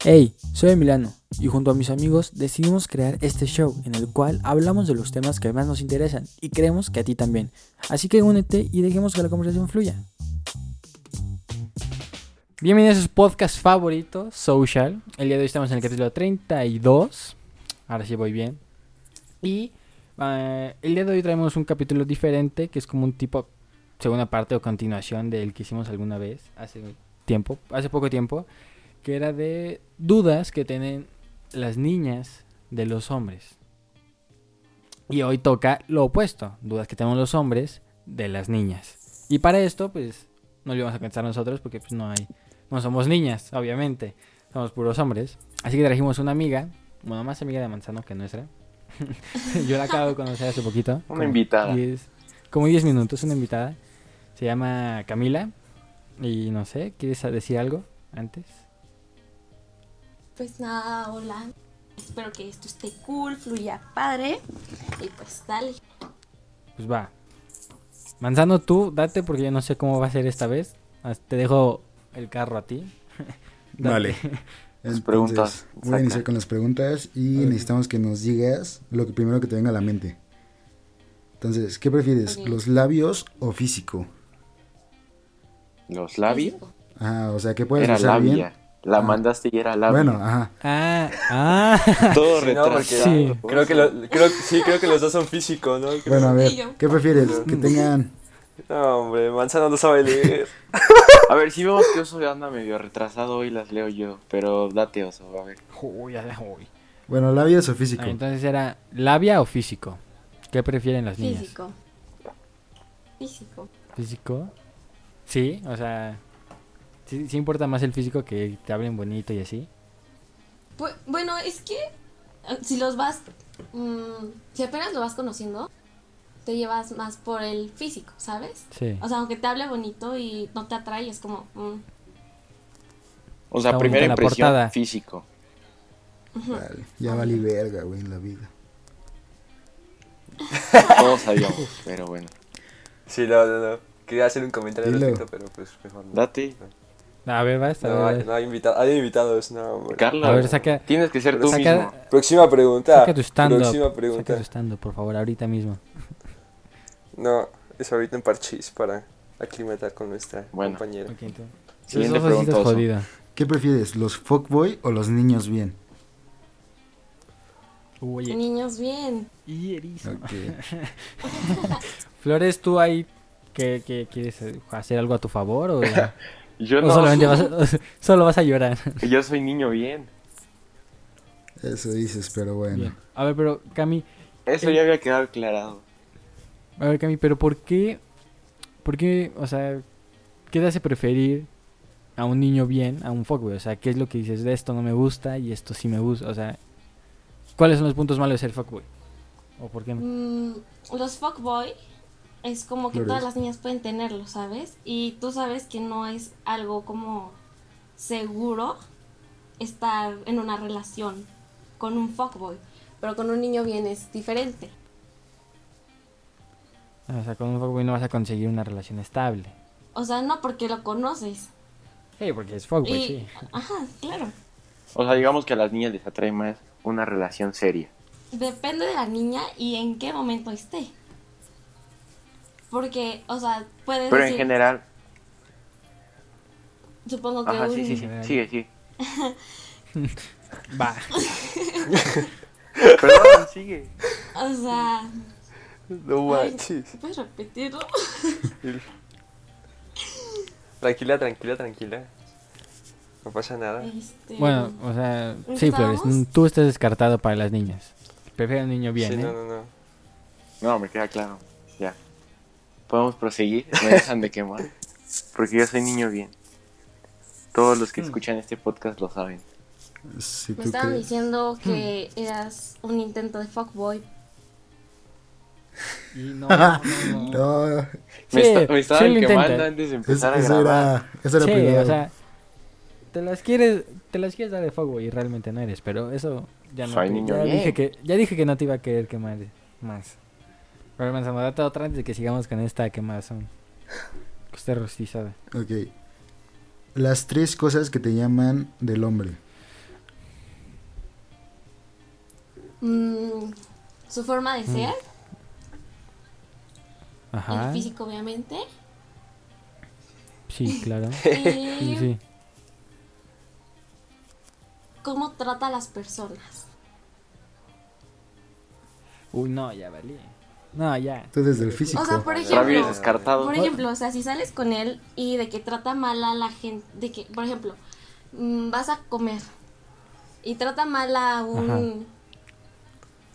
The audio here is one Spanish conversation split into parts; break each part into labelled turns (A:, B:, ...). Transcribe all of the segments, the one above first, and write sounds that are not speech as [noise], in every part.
A: Hey, soy Milano y junto a mis amigos decidimos crear este show en el cual hablamos de los temas que más nos interesan y creemos que a ti también. Así que únete y dejemos que la conversación fluya. Bienvenidos a su podcast favorito, Social. El día de hoy estamos en el capítulo 32. Ahora sí voy bien. Y eh, el día de hoy traemos un capítulo diferente que es como un tipo segunda parte o continuación del que hicimos alguna vez hace tiempo, hace poco tiempo que era de dudas que tienen las niñas de los hombres. Y hoy toca lo opuesto, dudas que tenemos los hombres de las niñas. Y para esto, pues, no lo íbamos a pensar nosotros porque pues no hay, no somos niñas, obviamente, somos puros hombres. Así que trajimos una amiga, bueno, más amiga de Manzano que nuestra. [laughs] Yo la acabo de conocer hace poquito.
B: Una invitada.
A: diez- como 10 minutos, una invitada. Se llama Camila. Y no sé, ¿quieres decir algo antes?
C: Pues nada, hola. Espero que esto esté cool, fluya padre. Y pues dale.
A: Pues va. Manzano, tú date porque yo no sé cómo va a ser esta vez. As- Te dejo el carro a ti. Date.
D: Vale.
B: Las preguntas,
D: Voy a iniciar
B: saca.
D: con las preguntas y necesitamos que nos digas lo que primero que te venga a la mente. Entonces, ¿qué prefieres?
C: Ok.
D: ¿Los labios o físico?
B: Los labios.
D: Ah, o sea, que puedes
B: Era
D: usar
B: labia.
D: bien.
B: La
D: Ah.
B: mandaste y era labia.
D: Bueno,
B: [laughs]
D: ajá.
A: Ah, ah.
B: todo
E: Sí, no, porque-
B: retrasado.
A: Sí.
E: Creo que, lo- creo, sí, creo que los dos son físicos, ¿no? Creo-
D: Bueno, a ver,
C: Y yo.
D: ¿qué prefieres? Que tengan...
E: No, hombre, Manzano no sabe leer.
B: A ver, si vemos que Oso anda medio retrasado hoy, las leo yo. Pero date, Oso, a ver.
A: [laughs] Uy, ya- uy.
D: Bueno, labios o físico.
A: Ah, Entonces era labia o físico. ¿Qué prefieren las niñas?
C: Físico. Físico.
A: Físico. Sí, o sea, sí, sí importa más el físico que te hablen bonito y así.
C: Bu- bueno, es que eh, si los vas. mm, si apenas lo vas conociendo, te llevas más por el físico, ¿sabes?
A: Sí.
C: O sea, aunque te hable bonito y no te atrae, es como. mm,
B: O sea,
A: Está bonita
B: primera
A: la
B: impresión,
A: portada.
B: físico.
D: Vale, ya valí verga, güey, en la vida.
B: Todos sabíamos,
A: [laughs]
B: pero bueno.
E: Sí, no, no, no. Quería hacer un comentario al
D: Dilo.
E: respecto, pero pues mejor no.
B: Date.
A: A ver, basta.
E: No,
A: a
E: hay,
A: ver,
E: no hay, invita- hay invitados, no, hombre.
B: Carla,
A: A ver, saca-
B: tienes que ser tú
A: saca-
B: mismo.
E: Próxima pregunta.
A: Saca tu
E: Próxima
A: stand-up. Saca
E: pregunta.
A: tu stand-up, por favor, ahorita mismo.
E: No, es ahorita en parchís para aclimatar con nuestra
B: Bueno.
E: compañera.
A: Ok, entonces.
B: Siguiente
A: Oso, sí estás
B: pregunta, Oso.
A: jodido.
D: ¿Qué prefieres? ¿Los fuckboy o los niños bien?
A: Oye,
C: Niños, bien.
A: y erizo.
D: Ok.
A: Flores, ¿tú ahí que, que quieres eh, hacer algo a tu favor o, o
B: [laughs] Yo no. [laughs]
A: solamente vas a, [laughs] solo vas a llorar?
B: Yo soy niño bien.
D: Eso dices, pero bueno.
A: Bien. A ver, pero Cami,
B: Eso ya había quedado aclarado.
A: a ver Cami, pero ¿por qué, por qué, o sea, qué te hace preferir a un niño bien a un fuckboy? O sea, ¿qué es lo que dices de esto no me gusta y esto sí me gusta? O sea, ¿cuáles son los puntos malos de ser fuckboy? ¿O por qué no?
C: Mm, los fuckboy es como que
D: Flores.
C: todas las niñas pueden tenerlo, ¿sabes? Y tú sabes que no es algo como seguro estar en una relación con un fuckboy, pero con un niño bien es diferente.
A: O sea, con un fuckboy no vas a conseguir una relación estable.
C: O sea, no porque lo conoces.
A: Sí, porque es fuckboy,
C: Y-
A: Oh, pues sí.
C: Ajá, claro.
B: O sea, digamos que a las niñas les atrae más una relación seria.
C: Depende de la niña y en qué momento esté. Porque, o sea, puedes
B: Pero en
C: decir,
B: general.
C: supongo que
B: Ajá,
C: un-
B: sí, sí, sí. Sigue, sigue.
A: Va.
B: Perdón, sigue.
C: [laughs] o sea,
E: No
C: ay,
E: manches.
C: ¿puedes repetirlo? [laughs]
E: Tranquila, tranquila, tranquila. No pasa nada.
C: Este,
A: Bueno, o sea,
C: ¿En
A: sí,
C: qué
A: Flores,
C: estábamos?
A: n- tú estás descartado para las niñas. Prefiero un niño bien,
E: sí,
A: ¿eh?
E: no, no, no.
B: No, me queda claro. Ya. Podemos proseguir. Me dejan de quemar. Porque yo soy niño bien. Todos los que
A: Hmm.
B: escuchan este podcast lo saben.
D: Si
C: Me estaban
D: tú [laughs] crees...
C: Pues
D: Hmm.
C: diciendo que eras un intento de fuckboy.
A: Y no,
D: No,
B: Me,
A: Sí,
B: esta- me
A: sí
B: estaban
A: lo
B: quemando
A: intenta.
B: antes de
D: es-
B: empezar a
D: eso
B: grabar.
D: era, eso era
A: Sí,
D: privado.
A: o sea, te las quieres, te las quieres dar de fuego y realmente no eres, pero eso ya no.
B: Soy
A: te-
B: niño
A: ya
B: bien.
A: dije que ya dije que no te iba a querer quemar más. Pero Manzano, date otra antes de que sigamos con esta quemazón. Que esté rostizada.
D: Ok. Las tres cosas que te llaman del hombre.
C: mm, su forma
D: Hmm.
C: de ser, el
D: Ah.
A: Ajá.
C: físico
D: [laughs]
C: obviamente,
A: Sí, claro. Sí,
C: y
A: sí.
C: cómo trata a las personas.
A: Uy, no, ya valí. No, ya.
D: Tú desde el físico.
C: O sea, por
B: Rabio es
C: ejemplo,
B: descartado.
C: Por ejemplo, o sea, si sales con él y de que trata mal a la gente, de que, por ejemplo, mm, vas a comer y trata mal a un,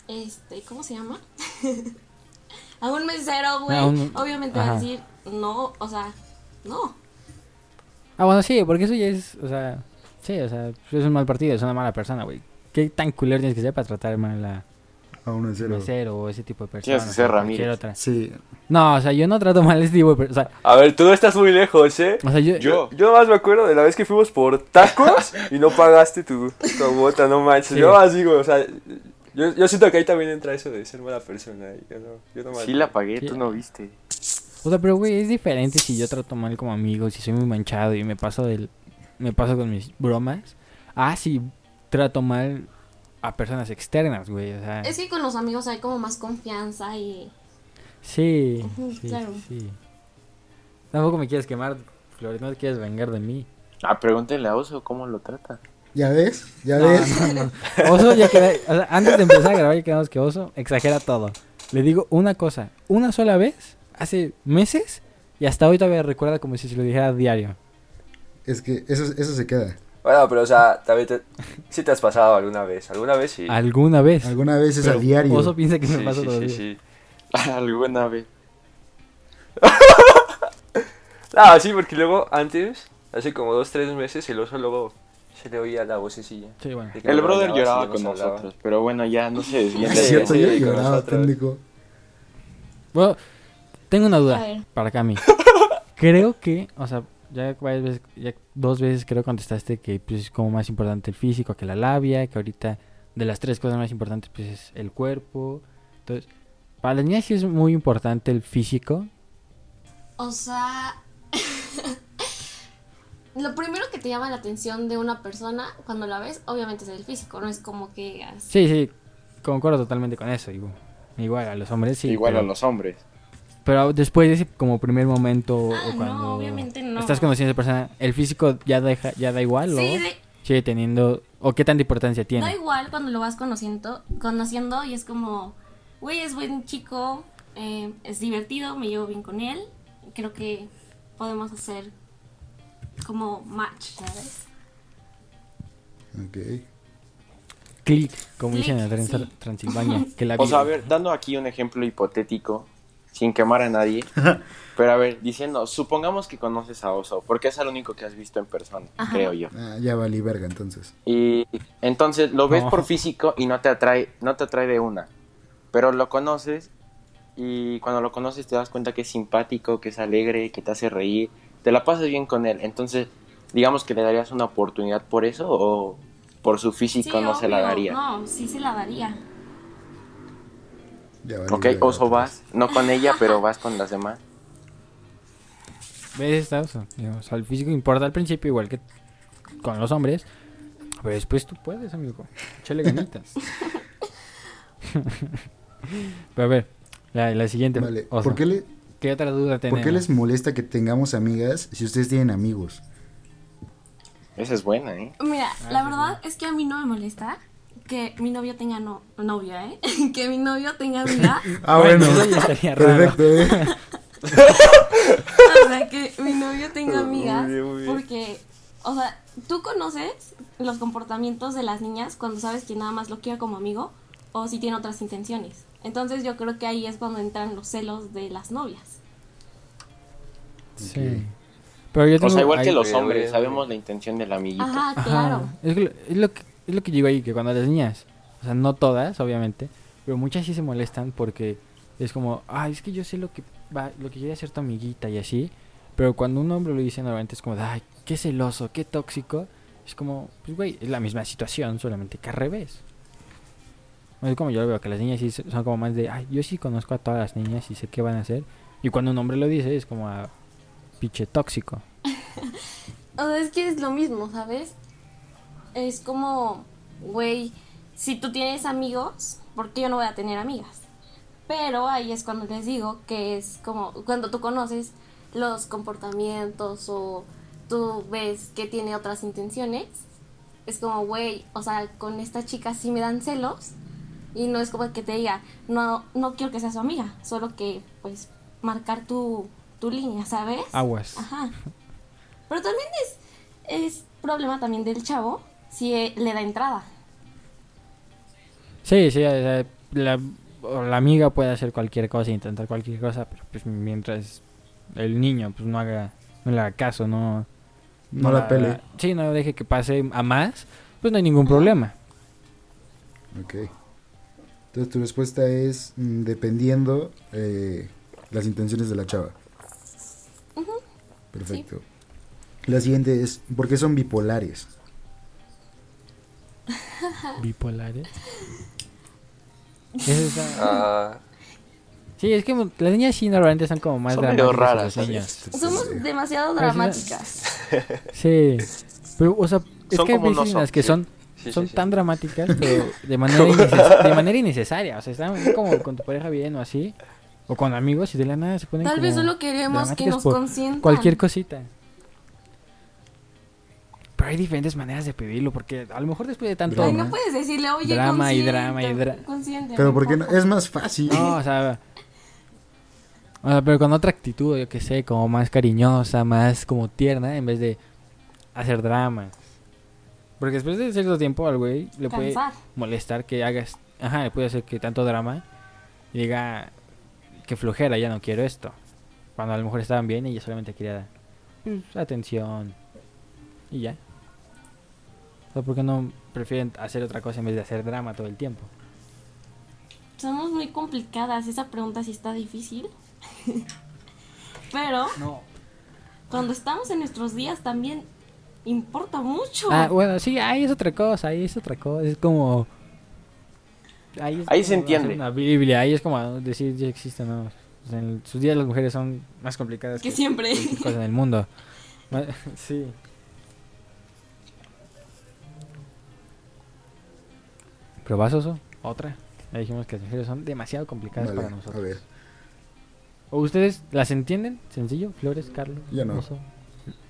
C: este, ¿cómo se llama? [laughs] a un mesero, güey.
A: Ah, un-
C: Obviamente va
A: ajá.
C: a decir, no, o sea, no.
A: Ah, bueno, sí, porque eso ya es, o sea, sí, o sea, es un mal partido, es una mala persona, güey. ¿Qué tan culero tienes que ser para tratar mal a
D: A uno de cero.
A: mesero o ese tipo de personas?
B: Tienes que ser
A: o cualquier
B: Ramírez.
A: otra?
D: Sí,
A: No, o sea, yo no trato mal a ese tipo de personas.
E: A ver, tú no estás muy lejos, ¿eh?
A: O sea, yo,
E: Yo, yo nomás me acuerdo de la vez que fuimos por
A: [laughs]
E: tacos y no pagaste tu, tu bota, no manches.
A: Sí.
E: Yo más digo, o sea, yo, yo siento que ahí también entra eso de ser mala persona. y Yo no, yo nomás-
B: Sí la pagué, tú
A: Sí.
B: no viste.
A: O sea, pero güey, es diferente si yo trato mal como amigo, si soy muy manchado y me paso del me paso con mis bromas. Ah, si trato mal a personas externas, güey, o sea.
C: Es que con los amigos hay como más confianza y...
A: Sí,
C: Ujú,
A: sí,
C: claro.
A: sí. Tampoco me quieres quemar, Flores, no te quieres vengar de mí.
B: Ah, pregúntenle a Oso cómo lo trata. [laughs]
D: ¿ya ves? ¿Ya
A: No,
D: ves?
A: no, no. [laughs] Oso ya quedé- o sea, antes de empezar a grabar ya quedamos que Oso exagera todo. Le digo una cosa, una sola vez, hace meses, y hasta hoy todavía recuerda como si se lo dijera a diario.
D: Es que eso, eso se queda.
E: Bueno, pero o sea, también te, sí te has pasado alguna vez. Alguna vez sí.
A: Alguna vez.
D: Alguna vez es a
A: Pero
D: diario.
A: Oso piensa que
E: Sí,
A: [laughs] me pasa
E: sí,
A: todo
E: sí,
A: el día.
E: sí.
B: Alguna vez.
E: Ah, sí, porque luego antes, hace como dos, tres meses, el oso luego se le oía la vocecilla.
A: Sí, bueno.
E: de que
B: El
E: me
B: brother
E: regañaba si
B: lloraba
E: luego
B: con
E: se hablaba.
B: nosotros, pero bueno, ya no se
A: [laughs]
D: Es
B: desvíen
E: Sí,
D: cierto,
E: sí,
D: yo
E: sí, con
D: lloraba,
E: nosotros.
D: pendejo.
A: Bueno, tengo una
C: A
A: duda
C: ver.
A: para
C: [laughs]
A: Cami. Creo que, o sea, ya varias veces, ya dos veces creo contestaste que pues, es como más importante el físico que la labia, que ahorita de las tres cosas más importantes pues es el cuerpo. Entonces, para las niñas sí es muy importante el físico.
C: O sea, [laughs] lo primero que te llama la atención de una persona cuando la ves, obviamente es el físico, no es como que digas,
A: Sí, sí, concuerdo totalmente con eso. Igual, igual a los hombres sí.
B: Igual a
A: pero-
B: los hombres.
A: Pero después de ese como primer momento
C: Ah,
A: o
C: no,
A: cuando
C: obviamente no.
A: estás conociendo a esa persona, el físico ya deja ya da igual
C: Sí,
A: o
C: de-
A: sigue teniendo o qué tanta importancia tiene.
C: da igual cuando lo vas conociendo, conociendo y es como, güey, es buen chico, eh, es divertido, me llevo bien con él, creo que podemos hacer como match, ¿sabes?
D: Ok.
A: Clic, como dicen en
C: Clic,
A: Tren-
C: sí.
A: Transilvania, que la
B: O sea, a
A: vida-
B: ver, dando aquí un ejemplo hipotético, sin quemar a nadie, [laughs] pero a ver, diciendo, supongamos que conoces a Oso, porque es el único que has visto en persona,
C: Ajá.
B: creo yo.
D: Ah, ya valí verga entonces.
B: Y entonces lo ves
A: No.
B: por físico y no te atrae, no te atrae de una. Pero lo conoces y cuando lo conoces te das cuenta que es simpático, que es alegre, que te hace reír, te la pasas bien con él. Entonces, digamos que le darías una oportunidad por eso o por su físico no se la
C: obvio,
B: daría.
C: No, sí se la daría.
D: Ya valí
B: Ok,
D: verga
B: oso
D: otra
B: vas, no con ella, pero vas con las demás.
A: ¿Ves? Está, o sea, digo, o sea, el físico importa al principio igual que con los hombres, pero después tú puedes, amigo. Échale ganitas. [laughs] pero a ver, la, la siguiente.
D: vez. Vale,
A: oso.
D: ¿por qué, le,
A: ¿Qué otra duda tenemos?
D: ¿por qué les molesta que tengamos amigas si ustedes tienen amigos?
B: Esa es buena, ¿eh?
C: Mira,
A: Ah,
C: la
A: sí,
C: verdad es que a mí no me molesta que mi novio tenga no, novio, ¿eh? [laughs] que mi novio
A: [laughs]
C: tenga amiga.
D: Ah, bueno.
A: eso ya estaría raro.
D: Perfecto, ¿eh?
C: o sea, que mi novio tenga amigas.
E: Muy bien, muy bien.
C: Porque, o sea, tú conoces los comportamientos de las niñas cuando sabes que nada más lo quiere como amigo o si tiene otras intenciones. Entonces yo creo que ahí es cuando entran los celos de las novias.
A: Sí. Pero yo
B: O
A: tengo
B: sea, igual
A: ahí- eh.
B: que los
E: güey,
B: hombres,
E: güey,
B: sabemos la intención del amiguito.
C: Ajá,
A: Ajá,
C: Ah, claro.
A: Es, que lo- es lo que, es lo que digo ahí, que cuando las niñas, o sea, no todas, obviamente, pero muchas sí se molestan porque es como, ay, es que yo sé lo que va, lo que quiere hacer tu amiguita y así, pero cuando un hombre lo dice normalmente es como, de, ay, qué celoso, qué tóxico, es como, pues güey, es la misma situación, solamente que al revés. No Es como yo lo veo, que las niñas sí se- son como más de, ay, yo sí conozco a todas las niñas y sé qué van a hacer, y cuando un hombre lo dice es como, ah, pinche tóxico.
C: O sea, es que es lo mismo, ¿sabes? Es como, güey, si tú tienes amigos, porque yo no voy a tener amigas. Pero ahí es cuando les digo que es como cuando tú conoces los comportamientos o tú ves que tiene otras intenciones, es como, güey, o sea, con esta chica sí me dan celos y no es como que te diga, no, no quiero que seas su amiga, solo que pues marcar tu, tu línea, ¿sabes?
A: Aguas.
C: Ajá. Pero también es, es problema también del chavo si eh, le da entrada.
A: Sí, sí, o sea, la, o la amiga puede hacer cualquier cosa, intentar cualquier cosa, pero pues mientras el niño pues no haga, no le haga caso, [laughs] no...
D: No la pele.
A: Sí, no deje que pase a más, pues no hay ningún problema.
D: Ok. Entonces tu respuesta es mm, dependiendo eh, las intenciones de la chava.
C: Ujú.
D: Perfecto. La siguiente es, ¿por qué son bipolares?
A: Bipolares. Eso está-
E: Ah,
A: Sí, es que mo- las niñas sí normalmente son como más
B: Son medio
A: dramáticas que
B: raras,
A: los
B: ¿sabes?
A: niños.
C: Somos demasiado
A: Pero si no-
C: dramáticas.
A: Sí. Pero, o sea, es
B: Son
A: que hay
B: como un
A: veces en
B: oso,
A: las que
B: sí.
A: son,
E: Sí,
A: son
E: sí, sí.
A: tan dramáticas,
E: [laughs]
A: pero de manera, inneces- de manera innecesaria. O sea, están como con tu pareja bien o así. O con amigos y de la nada se ponen
C: Tal vez
A: como
C: solo queremos que
A: dramáticas
C: nos
A: por
C: consientan.
A: Cualquier cosita. Pero hay diferentes maneras de pedirlo, porque a lo mejor después de tanto...
C: Ay,
D: Drama.
A: ¿no?
C: no puedes decirle, oye,
A: Drama y drama y
C: consiéntame,
A: dra-
C: consiéntame
D: Pero
C: un
D: ¿por qué no?
C: poco.
D: Es más fácil.
A: No, o sea. O sea, pero con otra actitud, yo que sé, como más cariñosa, más como tierna, en vez de hacer drama. Porque después de cierto tiempo al güey le puede
C: Cansar.
A: molestar que hagas. Ajá, le puede hacer que tanto drama y diga que flojera, ya no quiero esto. Cuando a lo mejor estaban bien y ella solamente quería pues, atención y ya. O sea, ¿por qué no prefieren hacer otra cosa en vez de hacer drama todo el tiempo?
C: Somos muy complicadas, esa pregunta sí está difícil. [laughs] Pero
A: No,
C: cuando estamos en nuestros días también importa mucho.
A: Ah, bueno, sí, ahí es otra cosa, ahí es otra cosa, es como... es
B: Ahí se
A: como hacer
B: entiende.
A: Una Biblia, ahí es como decir ya existe, ¿no? O sea, en sus días las mujeres son más complicadas
C: que siempre.
A: cualquier cosa en el mundo. Ma- [laughs] Sí. ¿Pero vas, Oso? ¿Otra? Ya dijimos que las mujeres son demasiado complicadas
D: Vale,
A: para
D: a
A: nosotros.
D: ver.
A: ¿O ustedes las entienden? ¿Sencillo? ¿Flores, Carlos?
D: Yo no.
A: Oso.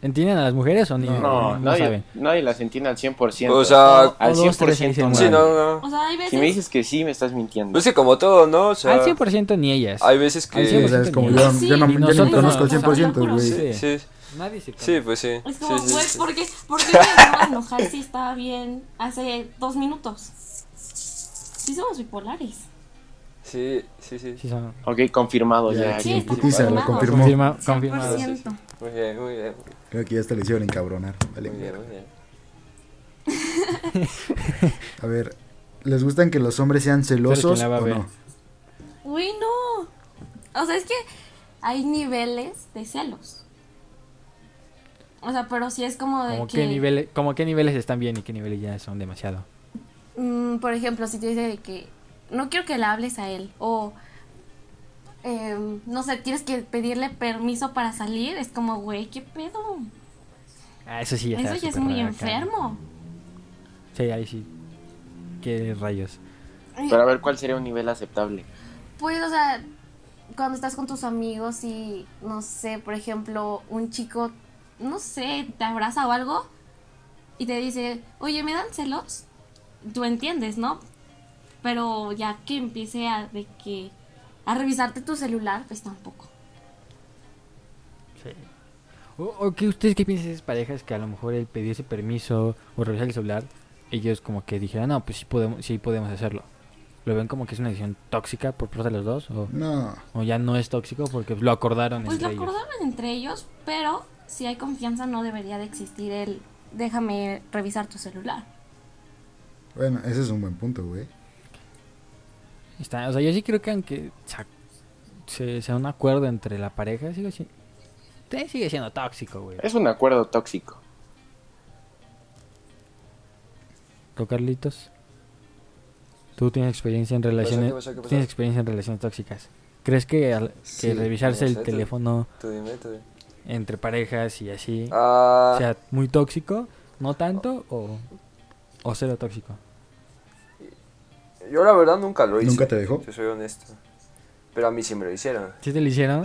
A: ¿Entienden a las mujeres o ni?
B: No, nadie,
A: saben.
B: nadie las entiende al 100%.
E: O sea,
B: al
A: O dos, tres,
B: 100%
A: ahí se
E: sí,
A: mueven.
B: no.
E: no, Pues
C: [laughs]
E: no.
C: O sea, hay veces
B: Si me dices que sí, me estás mintiendo.
E: No sé, como todo, ¿no? O sea,
A: Al 100% ni ellas.
E: hay veces
A: al
D: Sí, o
E: que...
D: sea,
A: 100%.
D: es como yo,
C: Sí,
D: yo no,
A: y
D: yo ni
A: nosotros
D: conozco al
A: no,
D: 100%,
C: nosotros
D: güey.
E: Sí, sí,
A: Nadie se
E: sí, pues sí.
C: es
E: Sí,
C: como,
E: sí,
C: güey,
E: sí.
C: ¿por qué, por qué me dejó enojar si estaba bien hace dos minutos? Sí somos bipolares.
E: Sí, sí, sí.
A: Sí, son.
B: Ok, confirmado
D: Ya,
B: ya.
D: sí,
B: bien
C: estamos
D: putiza, lo
C: confirmados.
D: confirmó.
A: Confirma, confirmado.
E: sí,
C: 100%.
E: sí. Muy bien, muy bien.
D: Creo que ya hasta le hicieron encabronar. Vale.
E: Muy bien, muy bien.
D: A ver, ¿les gustan que los hombres sean
A: Pero
D: celosos
A: ¿quién la va a
D: o
A: ver?
D: no?
C: Uy, no. O sea, es que hay niveles de celos. O sea, pero sí es como de
A: Como
C: que...
A: qué niveles, como qué niveles están bien y qué niveles ya son demasiado.
C: Mm, por ejemplo, si te dice de que no quiero que le hables a él o em, no sé, tienes que pedirle permiso para salir, es como, güey, ¿qué pedo?
A: Ah, eso sí ya está
C: Eso ya es
A: súper
C: muy
A: raro acá.
C: enfermo.
A: Sí, ahí sí. Qué rayos.
B: Pero a ver cuál sería un nivel aceptable.
C: Pues, o sea, cuando estás con tus amigos y, no sé, por ejemplo, un chico, no sé, te abraza o algo y te dice, oye, ¿me dan celos? Tú entiendes, ¿no? Pero ya que empiece a, de que, a revisarte tu celular, pues tampoco.
A: Sí. O, o qué ustedes qué piensan de esas parejas que a lo mejor el pedirse permiso o revisar el celular, ellos como que dijeran, "No, pues sí podemos sí podemos hacerlo." ¿Lo ven como que es una decisión tóxica por parte de los dos o,
D: No.
A: o ya no es tóxico porque lo acordaron
C: Pues lo
A: entre ellos?
C: acordaron entre ellos, pero si hay confianza no debería de existir el déjame revisar tu celular.
D: Bueno, ese es un buen punto, güey.
A: Está- o sea, yo sí creo que aunque sa- se- sea un acuerdo entre la pareja, sigue, si- te- sigue siendo tóxico, güey.
B: Es un acuerdo tóxico.
A: ¿Tú, Carlitos? ¿Tú tienes experiencia en relaciones,
E: ¿Qué pasó? ¿Qué pasó?
A: tienes experiencia en relaciones tóxicas? ¿Crees que, al- que
D: Sí,
A: revisarse
E: no
A: el
E: sé, tú-
A: teléfono
E: Tú dime, tú dime.
A: entre parejas y así
E: Ah,
A: sea muy tóxico? ¿No tanto? ¿O, o cero tóxico?
E: Yo la verdad nunca lo hice.
D: ¿Nunca te dejó?
E: Yo soy honesto. Pero a mí sí me lo hicieron.
A: ¿Sí te lo
E: [laughs]
A: hicieron?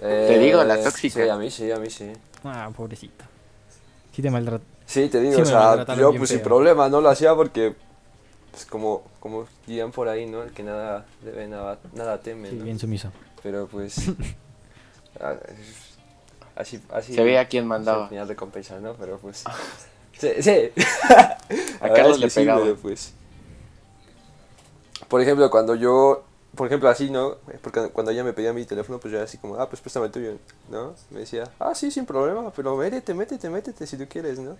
E: Eh,
B: digo, la tóxica.
E: Sí, a mí sí, a mí sí.
A: Ah, pobrecito. Sí te maltrató.
E: Sí, te digo,
A: Sí,
E: o
A: me
E: sea,
A: maltrataron
E: yo
A: bien
E: pues sin
A: feo.
E: problema no lo hacía porque, pues como, como dirían por ahí, ¿no? El que nada debe, nada, nada teme,
A: Sí,
E: ¿no?
A: bien sumiso.
E: Pero
B: [laughs]
E: pues, a- así, así.
B: Se veía quién
E: pues,
B: mandaba. Ah.
E: Al final recompensa, ¿no? Pero pues, [laughs] sí, sí.
B: [laughs] A
E: La verdad
B: Carlos
E: es
B: le
E: que sí,
B: pegaba.
E: pero, pues, Por ejemplo, cuando yo, por ejemplo, así, ¿no? Porque cuando ella me pedía mi teléfono, pues yo era así como, ah, pues préstame el tuyo, ¿no? Me decía, ah, sí, sin problema, pero métete, métete, métete si tú quieres, ¿no?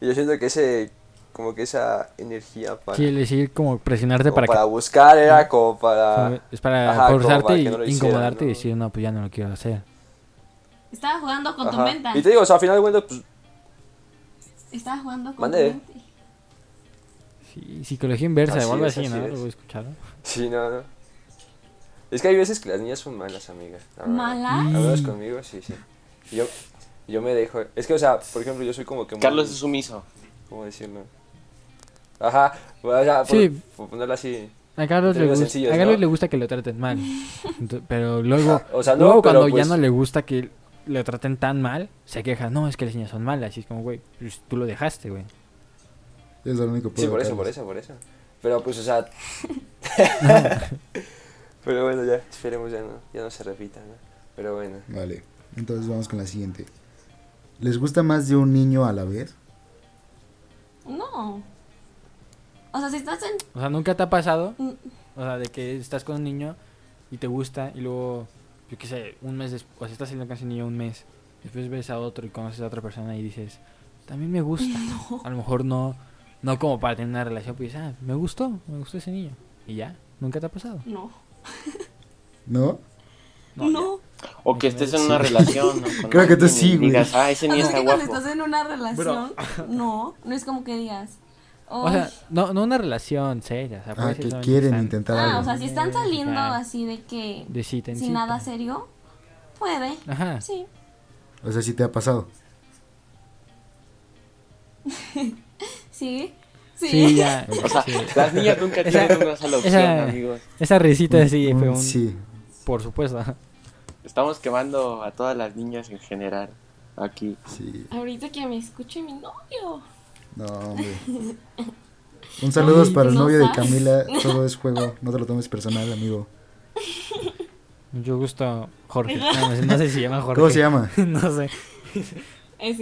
E: Y yo siento que ese, como que esa energía para,
A: Quiere decir como presionarte
E: como
A: para,
E: para
A: que...
E: buscar era como para...
A: Es para
E: Ah, Ajá, como
A: forzarte
E: para
A: y
E: que no lo hiciera,
A: incomodarte y
E: ¿no?
A: decir, no, pues ya no lo quiero hacer.
C: Estaba jugando con tu
E: Ajá.
C: mente.
E: Y te digo, o sea, al final de cuentas, pues, [laughs]
C: Estaba jugando con
E: Mande.
C: tu mente.
A: Sí, psicología inversa
E: Así
A: o algo
E: es,
A: así,
E: así
A: ¿no?
E: es.
A: Lo he escuchado.
E: sí, no, no. Es que hay veces que las niñas son malas, amigas. la verdad.
C: ¿Mala?
E: ¿Hablas conmigo? Sí, sí. Yo, yo me dejo. Es que, o sea, por ejemplo, yo soy como que. muy-
B: Carlos es sumiso.
E: ¿Cómo decirlo? Ajá. O sea, por,
A: Sí.
E: por ponerlo así.
A: A Carlos, le,
E: Términos
A: gusta,
E: sencillos,
A: a Carlos
E: ¿no?
A: le gusta que lo traten mal. Ento- pero luego,
E: [laughs] O sea, no,
A: luego
E: pero
A: cuando ya
E: pues-
A: no le gusta que lo traten tan mal, se queja, no, es que las niñas son malas. Y es como, güey, pues, tú lo dejaste, güey.
D: Es lo único
E: Sí, por eso, por eso, por eso. Pero pues, o sea.
C: [laughs]
E: [laughs] Pero bueno, ya. Esperemos ya no, ya no se repita, ¿no? Pero bueno.
D: Vale, entonces vamos con la siguiente. ¿Les gusta más de un niño a la vez?
C: No. O sea, si estás en.
A: O sea, nunca te ha pasado,
C: Mm.
A: o sea, de que estás con un niño y te gusta y luego, yo qué sé, un mes después, o sea, estás saliendo con ese niño un mes, después ves a otro y conoces a otra persona y dices, también me
C: [laughs]
A: gusta. A lo mejor no, no como para tener una relación, pues, ah, me gustó, me gustó ese niño. Y ya, nunca te ha pasado.
C: No.
D: ¿No?
A: No,
C: No.
B: O que estés en una
A: [laughs]
B: relación. ¿no? Con
D: Creo que tú
B: alguien
D: sí,
B: y
D: güey.
B: Digas, ah, ese
C: O sea,
B: niño
C: es
B: está
C: que cuando
B: guapo.
C: estás en
A: [laughs]
C: una relación. No. No es como que digas. "Oh,
A: O sea,
C: "Ay,
A: no, no una relación seria. O sea,
D: Ah,
A: puede ser
D: que
A: solamente
D: quieren
A: están-
D: intentar
C: Ah,
D: algo.
C: o sea, si están saliendo
A: Ajá.
C: así de que
A: De cita en
C: sin
A: cita.
C: nada serio, puede.
A: Ajá.
C: Sí.
D: O sea, sí te ha pasado.
C: Sí. Sí.
A: Sí, ya.
D: [laughs]
B: O sea,
A: sí.
B: las niñas nunca tienen una sola opción,
A: esa-
B: amigos.
A: Esa risita sí
D: Un-
A: fue un...
D: Sí,
A: Por supuesto.
B: Estamos quemando a todas las niñas en general aquí.
D: sí.
C: [laughs] Ahorita que me escuche mi novio.
D: No, hombre. Un saludo
A: Ay,
D: para el
C: no
D: novio de
C: sabes.
D: Camila. Todo es juego. No te lo tomes personal, amigo.
A: Yo gusto
C: [laughs]
A: Jorge. No, no sé- no sé si se llama Jorge.
D: ¿Cómo se llama?
A: [laughs] no sé.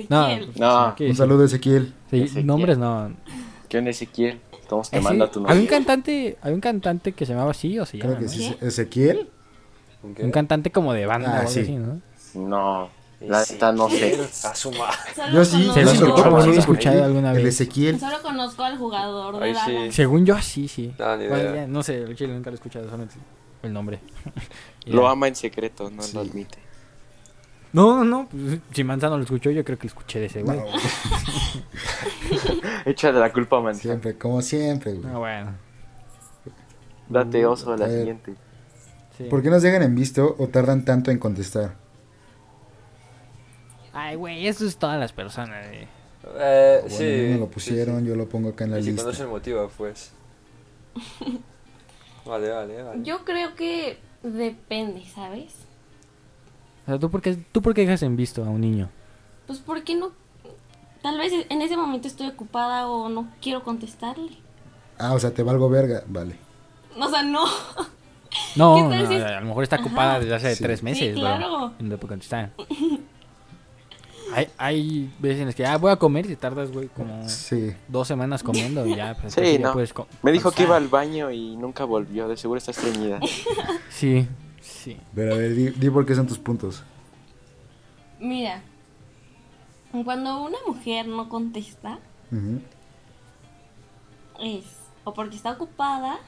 A: No,
C: Ezequiel.
A: pues,
B: No.
A: ¿qué
D: Un
A: decir?
D: saludo, Ezequiel.
A: Sí,
B: Ezequiel.
A: nombres no.
B: ¿Qué onda, Ezequiel? Estamos
A: Ese-
B: quemando a tu
A: Había un
B: novio.
A: cantante, había un cantante que se llamaba así o se llama,
D: Creo que
A: ¿no?
D: sí. ¿Ezequiel?
E: ¿Con
A: Un cantante como de banda
D: Ah,
A: o algo
D: sí.
A: así, ¿no?
B: No, la neta no sé.
E: [laughs] A su madre.
C: Solo
D: Yo sí,
A: se
C: conozco-
A: lo
D: se lo
A: escuchó,
D: escuchó.
A: lo he escuchado alguna
D: El
A: vez.
D: Ezequiel.
C: Solo conozco al jugador de
E: Ay, sí.
C: Dragon.
A: Según yo, sí, sí.
E: No, ni
A: Bueno,
E: idea.
A: ya, no sé, el chile nunca lo he escuchado, solamente el nombre. [laughs] Y
B: Lo
A: ya.
B: ama en secreto, no lo admite.
A: No, no, no. pues, si Manzano lo escuchó, yo creo que lo escuché de ese güey.
D: No,
B: Echa de la culpa a Manzano.
D: siempre, como siempre, güey.
A: Ah, bueno.
B: Date oso a la
D: A ver.
B: siguiente.
A: Sí.
D: ¿Por qué nos dejan en visto o tardan tanto en contestar?
A: Ay, güey, eso es todas las personas. eh.
E: Eh,
D: Bueno,
E: sí.
D: a mí me lo pusieron, yo lo pongo acá en la
E: Y si
D: lista.
E: conoce el motivo, pues. [laughs] Vale, vale, vale.
C: Yo creo que depende, ¿sabes?
A: O sea, ¿tú por, qué, ¿tú por qué dejas en visto a un niño?
C: Pues porque no. Tal vez en ese momento estoy ocupada o no quiero contestarle.
D: Ah, o sea, te valgo verga. Vale.
C: O sea, no. [laughs]
A: No,
C: ¿Qué tal
A: no,
C: si-
A: a lo mejor está ocupada desde hace
D: Sí.
A: tres meses, bro,
C: Sí, claro.
A: y no te puede contestar. hay, hay veces en las que, ah, voy a comer y te tardas, güey, como
D: Sí.
A: dos semanas comiendo y
C: [laughs]
A: ya. Pues,
B: Sí,
A: entonces ya
B: no.
A: puedes co-
B: Me dijo que iba
A: contestar.
B: al baño y nunca volvió. De seguro está estreñida.
A: Sí, sí.
D: Pero a ver, di, di por qué son tus puntos.
C: Mira. Cuando una mujer no contesta,
D: Ujú.
C: es o porque está ocupada,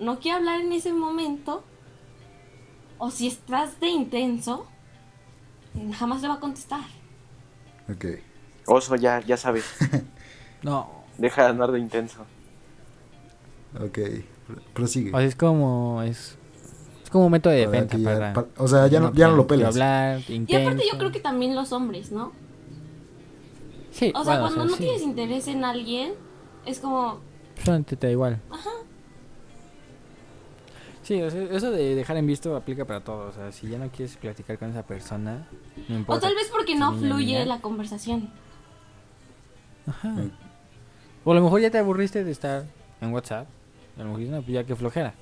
C: no quiere hablar en ese momento, o si estás de intenso, jamás le va a contestar.
D: Ok.
B: Oso, ya, ya sabes.
A: No,
B: Deja de andar de intenso.
D: Ok, pr- prosigue.
A: o sea, pues, es como, es, es como un método de
D: Para
A: defensa
D: que ya-
A: para...
D: pa- o sea, ya no, ya no lo
A: quiero
D: pelas.
A: Hablar,
C: Y aparte yo
A: intenso.
C: creo que también los hombres, ¿no?
A: Sí,
C: O sea,
A: bueno,
C: cuando no
A: sí.
C: tienes interés en alguien, es como,
A: Solamente te da igual. Sí, o sea, eso de dejar en visto aplica para todo. O sea, si ya no quieres platicar con esa persona, no importa.
C: O tal vez porque
A: si
C: no
A: niña,
C: fluye
A: niña.
C: la conversación.
A: Ajá.
B: Mm.
A: O a lo mejor ya te aburriste de estar en WhatsApp. A lo mejor dices, "No, pues ya que flojera.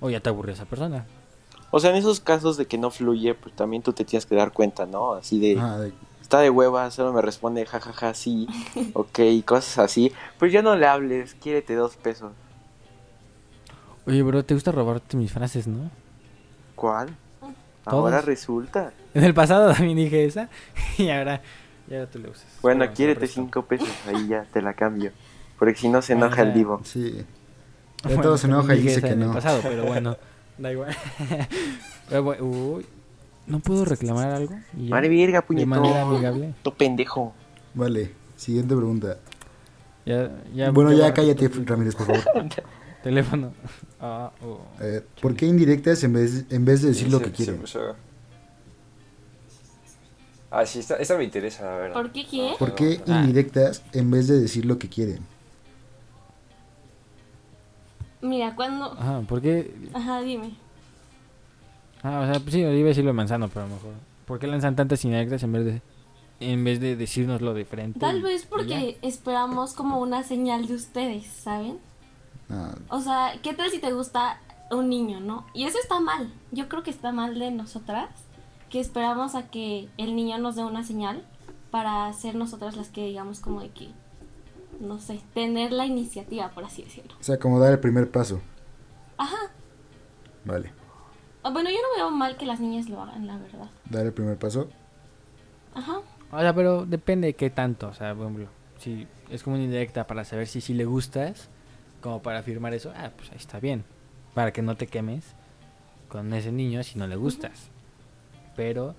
A: O ya te aburrió esa persona.
B: O sea, en esos casos de que no fluye, pues también tú te tienes que dar cuenta, ¿no? Así de,
D: Ajá, de-
B: está de hueva, solo me responde jajaja, ja, ja, sí, ok, y cosas así. Pues ya no le hables, quiérete dos pesos.
A: Oye, bro, te gusta robarte mis frases, ¿no?
B: ¿Cuál?
A: Todas.
B: Ahora resulta.
A: En el pasado también dije esa. [laughs] Y ahora, y ahora tú le usas.
B: Bueno,
A: te
B: quiérete
A: presto.
B: cinco pesos, ahí ya te la cambio. Porque si no se
A: Bueno,
B: enoja el
A: ya.
B: divo.
D: sí. Ya
A: Ah, Bueno,
D: todo se enoja y
A: dije
D: dice
A: esa
D: que
A: en el
D: no.
A: pasado,
D: [laughs]
A: pero bueno, da igual. [laughs] Pero bueno, uy, ¿No puedo reclamar algo? Y ya,
B: Madre virga,
A: de manera
B: puñetón.
A: amigable.
B: Tu pendejo.
D: Vale, siguiente pregunta.
A: Ya, ya-
D: bueno, ya
A: borré
D: cállate,
A: tu
D: Ramírez, por favor.
A: [laughs] Teléfono. [laughs] Ah, oh.
D: Eh, ¿Por qué indirectas en vez, en vez de decir lo que quieren?
E: Ah, sí, esta, esta me interesa, la verdad.
C: ¿Por qué qué?
D: ¿Por qué
A: Ah.
D: indirectas en vez de decir lo que quieren?
C: Mira, cuando...
A: Ajá, ¿por qué?
C: Ajá, dime.
A: Ah, o sea, pues sí, iba a decirlo de manzano, pero a lo mejor. ¿Por qué lanzan tantas indirectas en vez de, en vez de decirnoslo de frente?
C: Tal
A: y-
C: vez
A: y
C: porque esperamos como una señal de ustedes, ¿saben?
D: Ah,
C: O sea, ¿qué tal si te gusta un niño, no? Y eso está mal. Yo creo que está mal de nosotras, que esperamos a que el niño nos dé una señal para ser nosotras las que digamos como de que, no sé, tener la iniciativa, por así decirlo.
D: o sea, como dar el primer paso.
C: Ajá.
D: Vale,
C: Ah, Bueno, yo no veo mal que las niñas lo hagan, la verdad.
D: dar el primer paso.
C: Ajá.
A: ya. O sea, pero depende de qué tanto. O sea, por ejemplo, si es como una indirecta para saber si sí le gustas, como para afirmar eso, ah, pues ahí está bien. Para que no te quemes con ese niño si no le gustas. Pero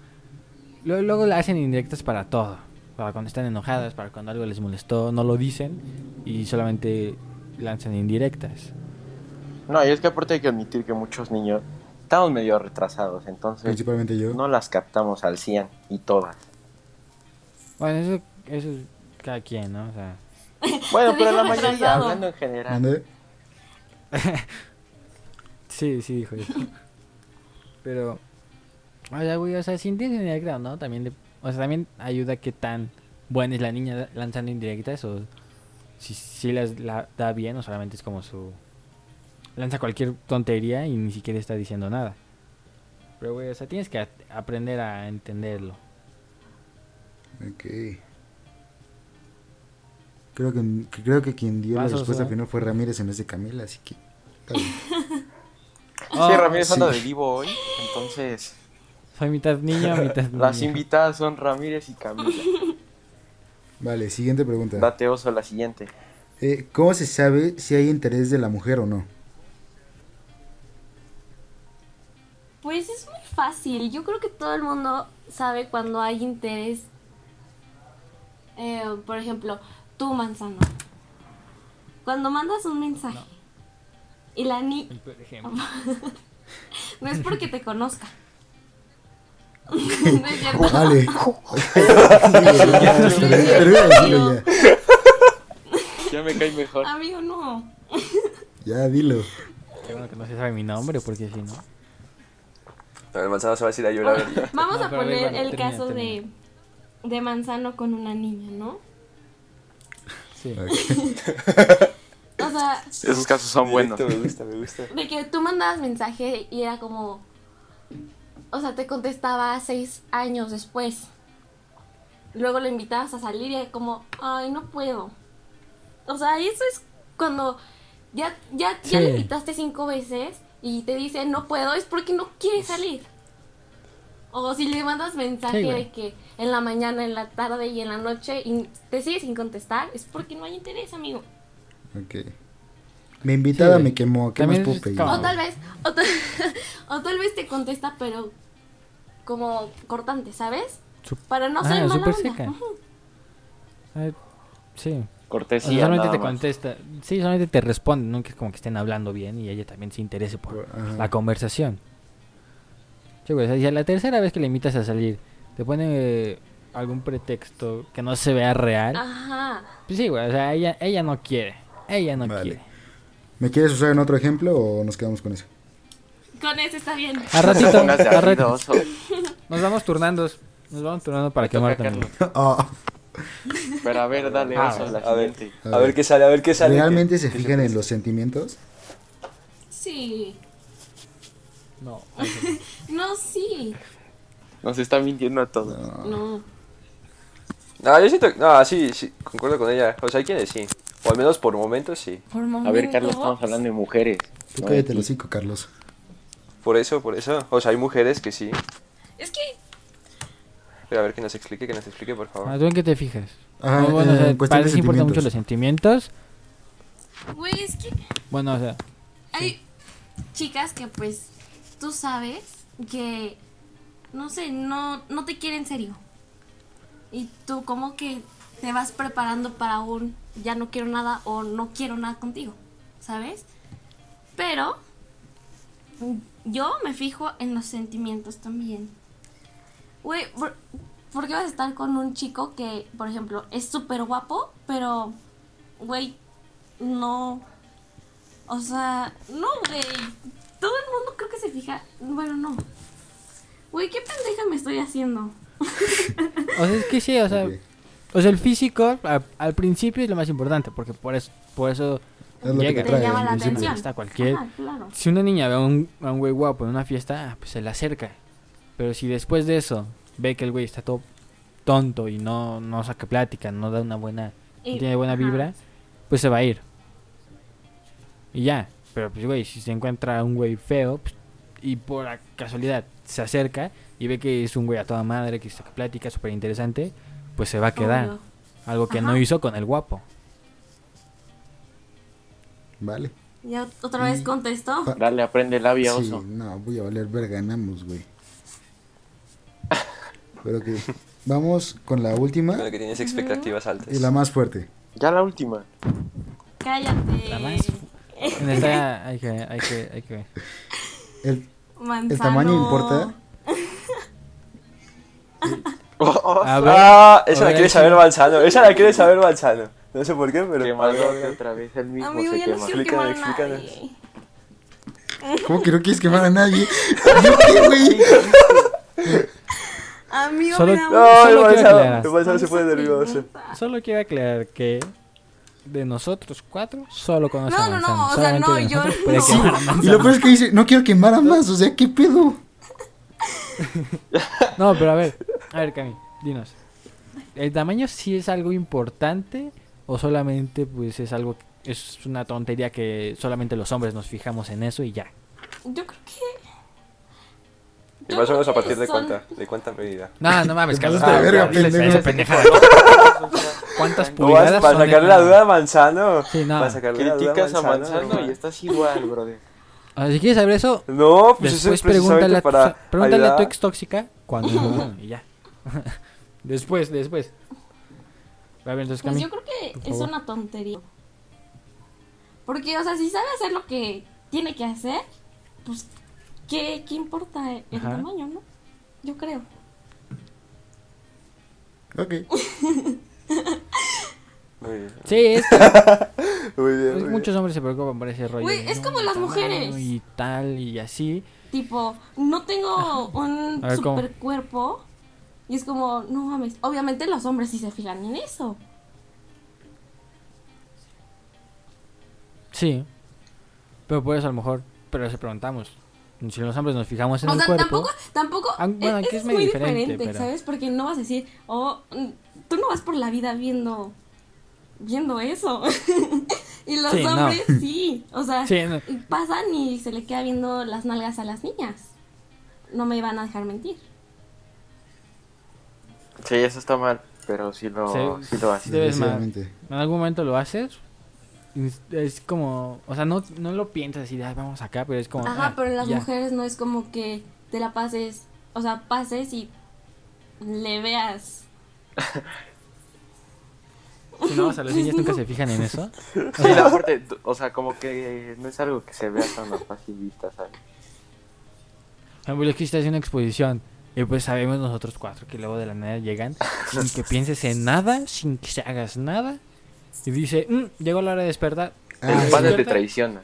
A: luego, luego la hacen indirectas para todo. Para cuando están enojadas, para cuando algo les molestó, no lo dicen y solamente lanzan indirectas.
B: No, y es que aparte hay que admitir que muchos niños estamos medio retrasados, entonces
D: Principalmente yo.
B: no las captamos al 100 y todas.
A: Bueno, eso, eso es cada quien, ¿no? O sea,
B: Bueno,
C: Te
B: pero la
C: dijo
B: mayoría,
C: retrasado.
B: hablando en general.
D: ¿Mande?
A: sí, sí, dijo eso. Pero, o sea, güey, o sea, si entiendes en el grado, ¿no? También, le- o sea, también ayuda que tan buena es la niña la- lanzando indirectas o si, si las la da bien o solamente es como su... Lanza cualquier tontería y ni siquiera está diciendo nada. Pero, güey, o sea, tienes que a- aprender a entenderlo.
D: Ok. Creo que, que- creo que quien dio
A: Pasos,
D: la respuesta
A: ¿no?
D: final fue Ramírez en vez de Camila, así que. está bien.
E: [laughs]
B: sí,
A: Oh,
B: Ramírez
D: sí.
B: anda de vivo hoy, entonces
A: Soy mitad niño, mitad
B: las
A: niña.
B: invitadas son Ramírez y Camila.
D: Vale, siguiente pregunta.
B: Date oso la siguiente.
D: Eh, ¿Cómo se sabe si hay interés de la mujer o no?
C: Pues es muy fácil. Yo creo que todo el mundo sabe cuando hay interés. Eh, por ejemplo, tú, manzano. Cuando mandas un mensaje y la ni
A: Por ejemplo.
C: no es porque te
A: [laughs]
C: conozca. [laughs] no es cierto.
E: [laughs]
D: Vale. Termina de decirlo ya.
B: Ya me cae mejor.
C: Amigo, no.
D: Ya, dilo.
A: Qué bueno que no se sabe mi nombre, porque si no.
E: A ver, manzano se va a decir a
C: Ah.
E: llorar. ahorita.
C: Vamos
A: No,
C: a
A: pero a ver,
C: poner
A: bueno,
C: el
A: termina,
C: caso de, de manzano con una niña, ¿no?
A: Sí.
C: O sea,
B: Esos casos son buenos.
E: Directo, me gusta, me gusta.
C: De que tú mandabas mensaje y era como. O sea, te contestaba seis años después. Luego lo invitabas a salir y era como, ay, no puedo. O sea, eso es cuando ya, ya, ya
A: Sí.
C: le invitaste cinco veces y te dice no puedo, es porque no quiere salir. O si le mandas mensaje
A: Sí, güey.
C: de que en la mañana, en la tarde y en la noche y te sigue sin contestar, es porque no hay interés, amigo.
D: Ok. Mi invitada
A: Sí,
D: me quemó. ¿Qué más
A: también
D: puedo
A: es
D: pedir?
A: como-
C: O tal vez, o tal, [laughs] o tal vez te contesta, pero como cortante, ¿sabes?
A: Sup-
C: Para no
A: Ah,
C: ser mala
A: súper
C: onda.
A: seca.
C: Ujú.
A: Eh, sí. O sea,
B: Cortesía.
A: solamente
B: Pues nada
A: Pues, te
B: más.
A: contesta. Sí, solamente te responde, nunca es como que estén hablando bien y ella también se interese por
D: Ajá.
A: la conversación. Sí, güey, o sea, si a la tercera vez que le invitas a salir, te pone eh, algún pretexto que no se vea real.
C: Ajá.
A: Pues sí, güey, o sea, ella, ella no quiere. Ella no
D: Vale.
A: quiere.
D: ¿Me quieres usar en otro ejemplo o nos quedamos
E: [laughs]
D: con eso?
C: Con eso está bien.
A: A
B: No te
A: ratito,
B: [laughs] pongas de
A: a ratito.
B: ardidoso.
A: Nos vamos turnando. Nos vamos turnando para
B: Me toca
A: quemar
B: a
A: también.
B: Carlos.
D: Ah,
B: Pero a ver, dale,
A: Ah,
B: oso, la
E: a ver.
B: siguiente.
E: A ver qué sale, a ver qué sale.
D: ¿Realmente
E: que-
D: se
E: que
D: fijan en
E: pasa.
D: los sentimientos?
C: Sí.
B: [laughs]
A: No.
C: No, sí.
B: Nos está mintiendo a todos.
A: Ah.
C: No.
E: No, yo siento. No, sí, sí, concuerdo con ella. O sea, hay quienes sí. O al menos por momentos sí.
C: Por momentos.
B: A ver, Carlos, estamos hablando de mujeres.
D: Tú
B: no de
D: cállate
B: ti.
D: los cinco, Carlos.
E: Por eso, por eso. O sea, hay mujeres que sí.
C: Es que
E: Pero a ver que nos explique, que nos explique, por favor.
A: Ah, ¿Tú en qué te fijas?
D: Ajá,
A: No, bueno, o
D: eh,
A: sea,
D: en cuestión
A: para
D: de
A: ti importan mucho
D: sentimientos.
A: los sentimientos.
C: Güey, es que
A: Bueno, o sea,
C: hay chicas que pues tú sabes que, no sé, no, no te quieren serio. Y tú como que te vas preparando para un ya no quiero nada o no quiero nada contigo, ¿sabes? Pero mm, yo me fijo en los sentimientos también. Güey, ¿por, por qué vas a estar con un chico que, por ejemplo, es súper guapo, pero, güey, no, o sea, no, güey. Todo el mundo creo que se fija. Bueno, no. Güey, qué pendeja me estoy haciendo.
A: o sea, es que sí, o sea,
D: Ok.
A: o sea el físico a- al principio es lo más importante, porque por eso, por eso
D: Es lo que
A: llega.
D: te
C: Te
D: trae
C: llama
D: al
C: la
D: principio.
C: atención.
A: Está cualquier-
C: Ajá, claro.
A: Si una niña ve a un, a un güey guapo en una fiesta, ah, pues se le acerca. Pero si después de eso ve que el güey está todo tonto y no, no saca plática, no da una buena, no
C: Y-
A: tiene buena
C: Eh, ajá.
A: vibra, pues se va a ir. Y ya. Pero pues güey, si se encuentra un güey feo pues, y por la casualidad se acerca y ve que es un güey a toda madre, que saca plática súper interesante, pues se va a quedar.
C: Obvio.
A: Algo que no
C: Ajá.
A: hizo con el guapo.
D: Vale.
C: Ya otra vez contestó.
D: Pa-
B: Dale, aprende labia,
D: Sí,
B: oso.
D: no, voy a valer ver, ganamos, güey. Pero que vamos con la última
E: Pero que tienes expectativas altas.
D: y la más fuerte.
B: Ya la última.
C: Cállate.
A: La más- En esta hay que, hay que, hay que ver.
D: El,
C: Manzano.
D: el tamaño importa.
B: Oh,
A: A ver,
E: Ah, esa
A: a
E: la
A: ver,
E: quiere
A: sí.
E: saber Balsano. Esa la quiere saber Balsano. No sé por qué, pero.
B: Quemador otra vez, el mismo
C: Amigo,
B: se
C: ya no
B: quema.
C: quiero
E: Explícame,
C: quemar a nadie.
E: explícame.
D: ¿Cómo que no quieres quemar a
C: [laughs]
D: nadie? ¿Yo qué, güey?
C: Amigo,
A: Solo-
C: mira,
E: No, el
A: Solo quiero
E: Balsano,
A: aclarar.
E: el Balsano se
C: no
E: pone
C: se
E: nervioso.
C: pregunta.
A: Solo quiero aclarar que de nosotros cuatro solo conoce
C: No,
A: a
C: no, no,
A: Manzano.
C: o sea,
A: Solamente
C: no,
A: de
C: yo
A: nosotros puede
C: no.
A: que
C: [laughs]
A: a Manzano.
D: Y lo peor es que dice, no quiero quemar a más, o sea, ¿qué pedo?
A: No, pero a ver, a ver, Cami, dinos. ¿El tamaño sí es algo importante o solamente pues es algo es una tontería que solamente los hombres nos fijamos en eso y ya?
C: Yo creo que.
E: Y más o menos a partir de
C: Son-
E: cuánta, de cuánta medida.
A: No, no [laughs] mames,
D: Te
A: Carlos.
D: pasaste
E: de verga,
A: diles Ah,
D: pendejo.
A: esa pendejada. ¿Cuántas
E: ¿Cómo vas
A: pulgadas
E: para
A: son de-
E: sacarle la duda a Manzano?
A: Sí, no.
E: Para sacarle la duda
B: Criticas a
E: no,
B: Manzano y estás igual, brother.
A: O sea, si quieres saber eso,
E: No, pues eso
A: después
E: es precisamente
A: pregúntale, a tu-
E: para
A: pregúntale a
E: ayudar.
A: tu ex tóxica
E: [laughs]
A: cuando y ya. [laughs] después, después. A ver, entonces,
C: Pues
A: Cami.
C: yo creo
A: por
C: que es
A: favor.
C: una tontería. Porque, o sea, si sabe hacer lo que tiene que hacer, pues, ¿qué, qué importa el
A: Ajá.
C: tamaño, no? Yo creo.
D: Ok.
E: Muy bien,
A: Sí, es que
E: [laughs] muy bien,
A: pues,
E: muy
A: muchos hombres se preocupan por ese rollo.
C: Güey,
A: de,
C: es
A: "No,
C: como
A: mi
C: las
A: tamaño
C: mujeres".
A: Y tal, y así.
C: Tipo, no tengo un
A: A ver, ¿cómo?
C: super cuerpo. Y es como, no mames. Obviamente los hombres sí se fijan en eso.
A: Sí. Pero por eso a lo mejor, pero se preguntamos. Si los hombres nos fijamos en
C: O
A: el
C: sea,
A: cuerpo.
C: tampoco, tampoco.
A: Ah, bueno,
C: es-
A: aquí
C: eso
A: es
C: es
A: medio
C: muy
A: diferente,
C: diferente,
A: pero-
C: ¿sabes? Porque no vas a decir, oh, mm, tú no vas por la vida viendo, viendo eso. [laughs] y los
A: Sí, no.
C: hombres sí. O sea,
A: Sí, no.
C: pasan y se le queda viendo las nalgas a las niñas. No me van a dejar mentir.
B: Sí, eso está mal, pero sí lo,
A: Sí.
B: sí lo
D: [laughs]
B: haces.
A: Sí. Debes más.
D: Desgraciadamente.
A: En algún momento lo haces. y es- Es como, o sea, no, no lo piensas y de, "Ah, vamos acá, pero es como.
C: Ajá,
A: ah,
C: pero las
A: ya.
C: mujeres no es como que te la pases, o sea, pases y le veas.
A: Si no, o sea, las
C: [laughs]
A: niñas nunca se fijan en eso.
B: Sí, la parte, t- o sea, como que no es algo que se vea tan a fácil vista, ¿sabes?
A: Por ejemplo, que estás en una exposición. Y pues sabemos nosotros cuatro que luego de la nada llegan sin que pienses en nada, sin que se hagas nada. Y dice, "Mm, llegó la hora de despertar.
B: El
D: Ah,
B: pana
A: sí.
B: te traiciona.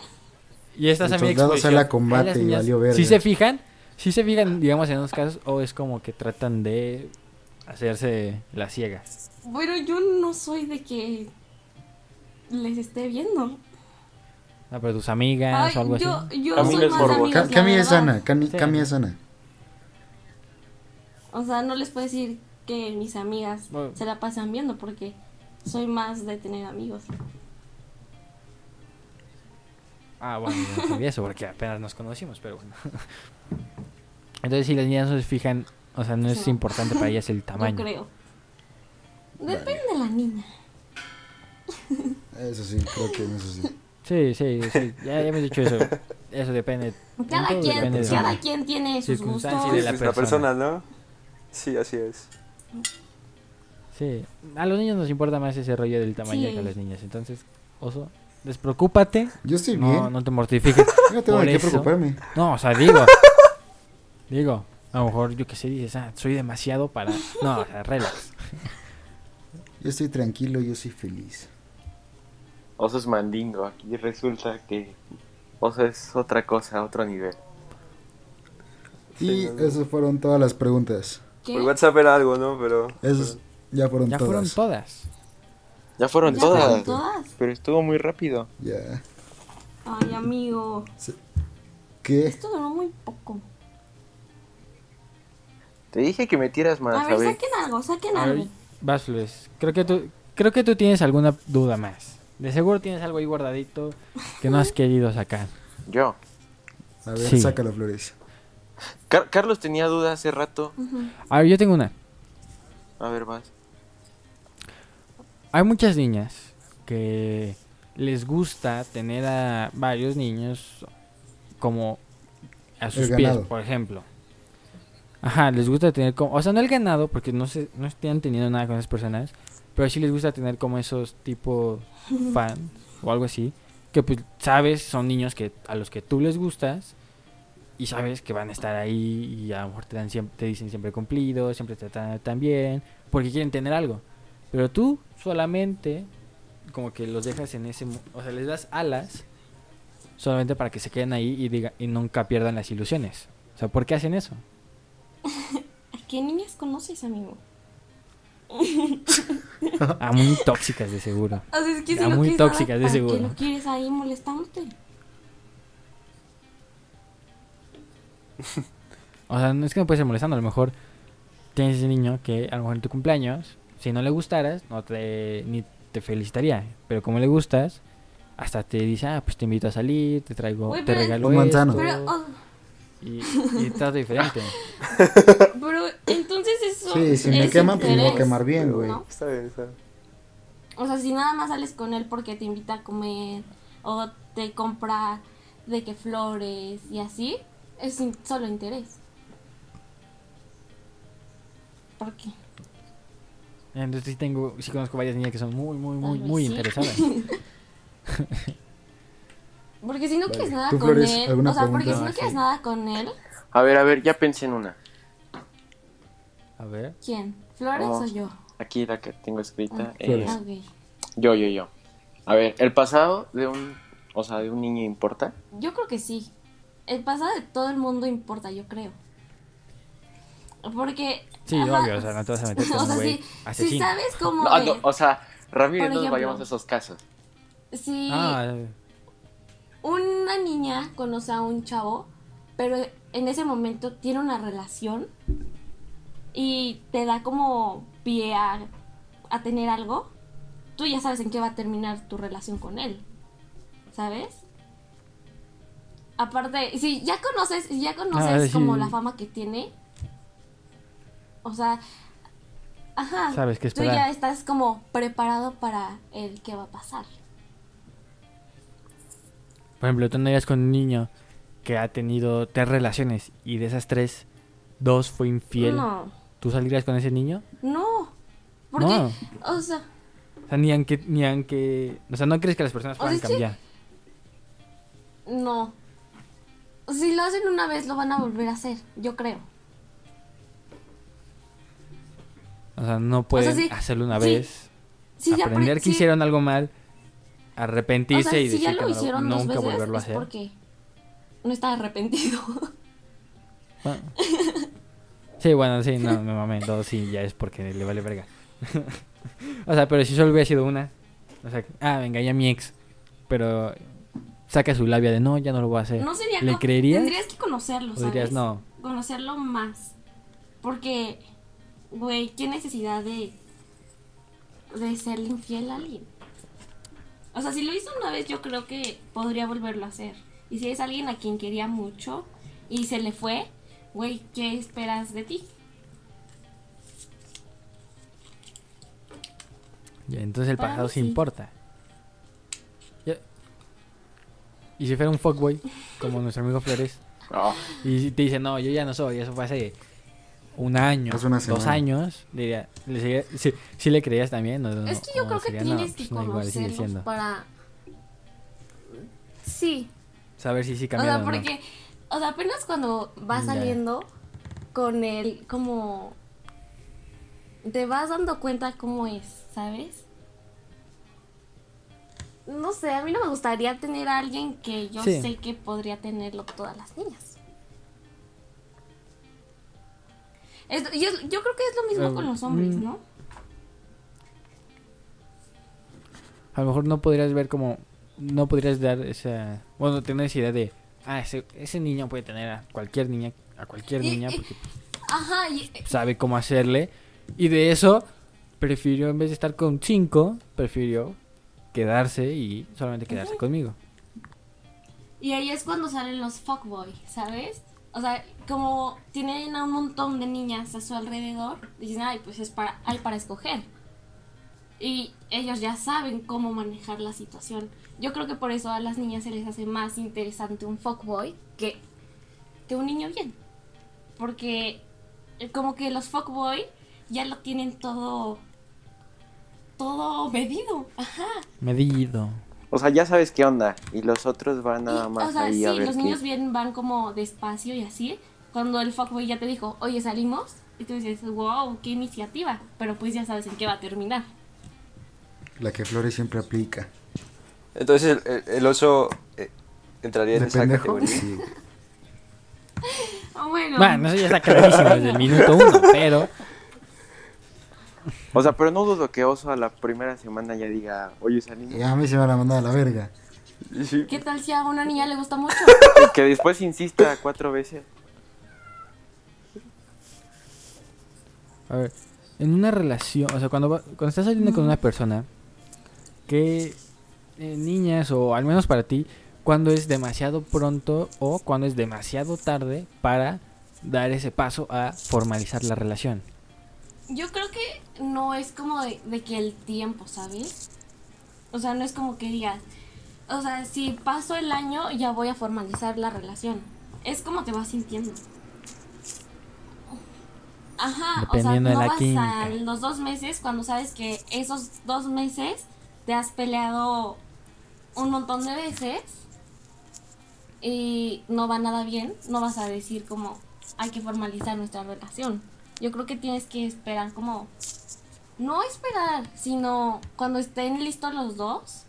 A: Y esta es
D: El
A: a mi
D: soldado
A: exposición.
D: sale a combate
A: Ahí las
D: y
A: niñas,
D: valió verga.
A: Si se fijan, si se fijan, digamos, en unos casos, o es como que tratan de hacerse la ciega.
C: Bueno, yo no soy de que les esté viendo.
A: Ah, pero tus amigas
C: Ay,
A: o algo
C: yo,
A: así.
C: yo
B: A mí
C: soy
B: les
C: más
B: morbo.
C: amigos,
B: Ca-
C: la
D: Cami es
C: verdad.
D: sana, Cami,
A: Sí.
D: Cami es sana.
C: O sea, no les puedo decir que mis amigas
A: Bueno.
C: se la pasan viendo porque soy más de tener amigos.
A: Ah, bueno, yo no sabía eso porque apenas nos conocimos, pero bueno. [laughs] Entonces, si las niñas no se fijan, o sea, no es
C: No.
A: importante para ellas el tamaño.
C: Yo creo. Depende de la niña.
D: Eso sí, creo que en eso sí.
A: Sí, sí, sí, ya hemos dicho eso. Eso depende.
C: Cada
A: todo
C: quien,
A: depende de la-
C: cada quien tiene sus gustos.
A: circunstancia de
E: la
A: la
E: persona.
A: persona,
E: ¿no? Sí, así es.
A: Sí, a los niños nos importa más ese rollo del tamaño
C: Sí.
A: que a las niñas. Entonces, oso, despreocúpate.
D: Yo estoy bien.
A: No, no te mortifiques.
D: [laughs] Yo no tengo
A: Por
D: de qué
A: eso-
D: preocuparme.
A: No, o sea,
D: [laughs]
A: digo. digo, a lo mejor yo que sé, dices, ah, soy demasiado para. No, o sea, relax.
D: Yo estoy tranquilo, yo soy feliz.
B: Oso es mandingo. Aquí resulta que Oso es otra cosa, otro nivel.
D: Y
E: Sí, no, no.
D: esas fueron todas las preguntas.
C: ¿Qué?
E: Por WhatsApp era algo, ¿no? Pero.
D: Esas ya fueron
A: Ya
D: todas.
A: fueron todas.
B: Ya fueron
C: ¿Ya
B: todas.
C: fueron todas?
B: Pero estuvo muy rápido.
D: Ya.
C: Ay, amigo.
D: ¿Qué?
C: Esto duró muy poco.
B: Te dije que metieras más,
C: A
B: a
C: ver,
B: ver.
C: saquen algo, saquen
A: A ver,
C: algo.
A: vas, Flores. Creo que, tú, creo que tú tienes alguna duda más. De seguro tienes algo ahí guardadito que no has querido sacar.
B: Yo.
D: A ver,
A: Sí.
D: sácalo, Flores.
B: Car- Carlos tenía duda hace rato.
C: Ujú.
A: A ver, yo tengo una.
B: A ver, vas.
A: Hay muchas niñas que les gusta tener a varios niños como a sus pies,
D: ganado.
A: por ejemplo. Ajá, les gusta tener como, o sea, no el ganado porque no se no estén teniendo nada con esas personas, pero sí les gusta tener como esos tipo fans o algo así, que pues sabes son niños que a los que tú les gustas y sabes que van a estar ahí y a lo mejor te dan siem- te dicen siempre cumplido, siempre te tratan tan bien, porque quieren tener algo. Pero tú solamente como que los dejas en ese, mu- o sea, les das alas solamente para que se queden ahí y diga y nunca pierdan las ilusiones. O sea, ¿por qué hacen eso?
C: ¿A qué niñas conoces, amigo?
A: Ah, muy
D: [laughs]
A: tóxicas de seguro.
C: O sea, es que si
A: Ya
C: lo
A: muy
C: quieres dar,
A: tóxicas, de
C: ¿para qué
A: seguro.
C: lo quieres ahí molestándote?
A: O sea, no es que no puede ser molestando, a lo mejor tienes ese niño que a lo mejor en tu cumpleaños, si no le gustaras, no te ni te felicitaría, pero como le gustas, hasta te dice, "Ah, pues te invito a salir, te traigo,
C: Uy,
A: te
C: pero-
A: regalo
D: Un manzano.
A: esto",
C: Pero, oh. o-
A: y, y trato
C: [laughs]
A: diferente.
C: pero entonces eso.
D: Sí, si me
C: es
D: queman, pues me voy a
C: interés,
D: quemar bien,
E: pero,
D: güey.
C: ¿no?
E: Está bien, está bien.
C: O sea, si nada más sales con él porque te invita a comer o te compra de que flores y así, es in- solo interés. ¿Por qué?
A: Entonces sí tengo, sí conozco varias niñas que son muy, muy, muy,
C: Tal vez
A: muy
C: sí.
A: interesadas.
C: Porque si no quieres nada
D: ¿Tú,
C: con
D: Flores,
C: él,
D: alguna
C: o sea, porque
D: pregunta?
C: si no
A: Ah,
C: quieres
A: sí.
C: nada con él,
B: A ver, a ver, ya pensé en una.
A: A ver.
C: ¿quién? ¿Flores
B: Oh.
C: o yo?
B: Aquí la que tengo escrita.
C: Ok.
B: es...
C: Ah, ok.
B: Yo, yo, yo. A ver, el pasado de un, o sea, de un niño importa.
C: Yo creo que sí. El pasado de todo el mundo importa, yo creo. Porque.
A: Sí,
C: ajá,
A: obvio, o
C: [laughs]
A: sea, no te vas a meter con
C: o
A: un
C: sea,
A: güey
C: si,
A: asesino.
B: [laughs]
C: si sabes cómo.
B: No, Ah, no,
C: es,
B: o sea, Ramírez,
C: Por
B: no nos
C: ejemplo.
B: vayamos a esos casos.
C: si
A: Ah,
C: una niña conoce a un chavo, pero en ese momento tiene una relación y te da como pie a, a tener algo, tú ya sabes en qué va a terminar tu relación con él. ¿Sabes? Aparte, si ya conoces, si ya conoces
A: Ah, sí.
C: como la fama que tiene, o sea, ajá,
A: Sabes qué
C: tú
A: esperar.
C: ya estás como preparado para el que va a pasar.
A: por ejemplo, tú andarías con un niño que ha tenido tres relaciones y de esas tres, dos fue infiel.
C: No.
A: ¿Tú saldrías con ese niño?
C: No. Porque,
A: No.
C: o sea,
A: O sea, ni aunque, ni aunque... O sea, ¿no crees que las personas
C: O sea,
A: puedan
C: es que-
A: cambiar?
C: no. Si lo hacen una vez, lo van a volver a hacer, yo creo.
A: O sea, no pueden
C: sí,
A: hacerlo una
C: sí.
A: vez.
C: Si ya
A: aprender
C: apre-
A: que
C: si-
A: hicieron algo mal Arrepentirse
C: o sea,
A: y
C: si
A: decir
C: ya
A: que
C: lo
A: no
C: hicieron dos
A: nunca
C: veces
A: volverlo a
C: es
A: hacer.
C: porque no está arrepentido. [laughs]
A: Bueno. Sí, bueno, sí, no, me mamé. Dos, sí, ya es porque le vale verga. [laughs] o sea, pero si solo hubiera sido una. O sea, ah, venga, ya mi ex. Pero saca su labia de no, ya no lo voy a hacer.
C: No sería
A: ¿Le
C: cap-
A: creerías?
C: Tendrías que conocerlo,
A: ¿O dirías
C: ¿sabes?
A: no?
C: Conocerlo más. Porque, güey, qué necesidad de, de serle infiel a alguien. O sea, si lo hizo una vez, yo creo que podría volverlo a hacer. Y si es alguien a quien quería mucho y se le fue, güey, ¿qué esperas de ti?
A: Ya, entonces el
C: Para mí
A: pasado sí
C: sí.
A: importa. Ya. Y si fuera un fuckboy, como nuestro amigo Flores,
B: No.
A: y si te dice, no, yo ya no soy, eso fue hace un año,
D: Hace una
A: dos
D: semana".
A: años, diría, le seguía- si, si le creías también. No, no,
C: es que yo
A: o
C: creo que
A: sería, no,
C: tienes que
A: pues, no, igual sigue
C: conocerlos
A: siendo.
C: para... Sí,
A: Saber si sí
C: O sea,
A: cambiaron o no.
C: porque, o sea, apenas cuando vas
A: Ya.
C: saliendo con él, como te vas dando cuenta cómo es, ¿sabes? No sé, a mí no me gustaría tener a alguien que yo
A: Sí.
C: sé que podría tenerlo todas las niñas. Es- y es- yo, creo que es lo mismo
A: Eh,
C: con los hombres,
A: mm.
C: ¿no?
A: a lo mejor no podrías ver como, no podrías dar esa, bueno, tener esa idea de, ah, ese, ese niño puede tener a cualquier niña, a cualquier
C: Y-
A: niña,
C: y-
A: porque
C: Ajá, y,
A: sabe cómo hacerle, y de eso prefirió, en vez de estar con cinco, prefirió quedarse y solamente quedarse conmigo.
C: Y ahí es cuando salen los fuckboy, ¿sabes? O sea, como tienen a un montón de niñas a su alrededor, dicen, ay, pues es para, hay para escoger. Y ellos ya saben cómo manejar la situación. Yo creo que por eso a las niñas se les hace más interesante un fuckboy que, que un niño bien. Porque eh, como que los fuckboy ya lo tienen todo... Todo medido. Ajá.
A: Medido.
B: O sea, ya sabes qué onda. Y los otros van
C: Y,
B: nada más
C: o sea,
B: ahí
C: sí,
B: a ver
C: los
B: qué-
C: niños bien van como despacio y así. Cuando el fuckboy ya te dijo, oye, salimos, y tú dices, wow, qué iniciativa. Pero pues ya sabes en qué va a terminar.
D: La que Flores siempre aplica.
E: Entonces el, el- el oso eh, entraría en
D: ¿De
E: esa
D: pendejo?
A: [laughs]
E: categoría.
D: Sí.
C: Ah, Bueno,
A: Bueno, eso ya está clarísimo desde el minuto uno, pero
B: O sea, pero no dudo que Oso a la primera semana ya diga, oye, salimos.
D: Ya me se van a mandar a la verga.
E: Sí.
C: ¿qué tal si a una niña le gusta mucho?
B: Y Que después insista cuatro veces.
A: A ver, en una relación, o sea, cuando, va- cuando estás saliendo con una persona, que eh, niñas, o al menos para ti, cuando es demasiado pronto o cuando es demasiado tarde para dar ese paso a formalizar la relación?
C: Yo creo que no es como de, de que el tiempo, ¿sabes? O sea, no es como que digas, o sea, si paso el año ya voy a formalizar la relación. Es como te vas sintiendo. Ajá,
A: Dependiendo
C: o
A: de
C: sea, no
A: la
C: vas
A: química.
C: a los dos meses cuando sabes que esos dos meses te has peleado un montón de veces y no va nada bien, no vas a decir como hay que formalizar nuestra relación. Yo creo que tienes que esperar como no esperar, sino cuando estén listos los dos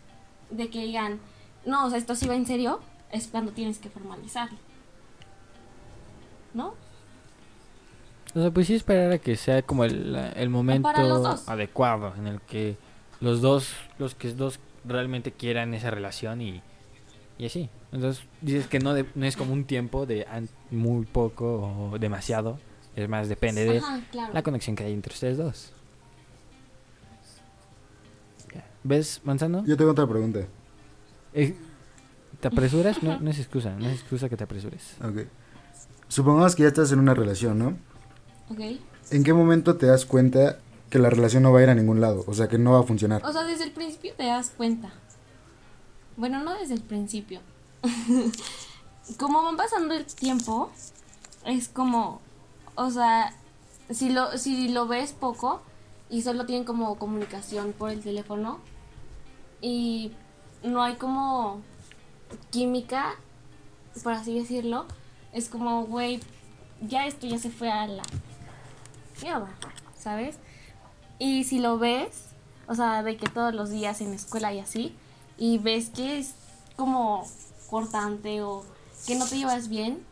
C: de que digan, no, o sea, esto sí va en serio, es cuando tienes que formalizarlo. ¿No?
A: O sea, pues sí esperar a que sea como el, la- el momento
C: los dos.
A: adecuado en el que los dos, los que dos realmente quieran esa relación y, y así. Entonces dices que no, de- no es como un tiempo de an- muy poco o demasiado. Es más, depende de
C: Ajá, claro.
A: la conexión que hay entre ustedes dos. Ya. ¿Ves, Manzano?
D: Yo tengo otra pregunta.
A: Eh, ¿Te apresuras? No, no es excusa, no es excusa que te apresures.
D: Ok. Supongamos que ya estás en una relación, ¿no?
C: Ok.
D: ¿En qué momento te das cuenta que la relación no va a ir a ningún lado? O sea, que no va a funcionar.
C: O sea, desde el principio te das cuenta. Bueno, no desde el principio. [laughs] como van pasando el tiempo, es como, o sea, si lo, si lo ves poco y solo tienen como comunicación por el teléfono y no hay como química, por así decirlo, es como, güey, ya esto ya se fue a la mierda, ¿sabes? Y si lo ves, o sea, de que todos los días en la escuela y así, y ves que es como cortante o que no te llevas bien,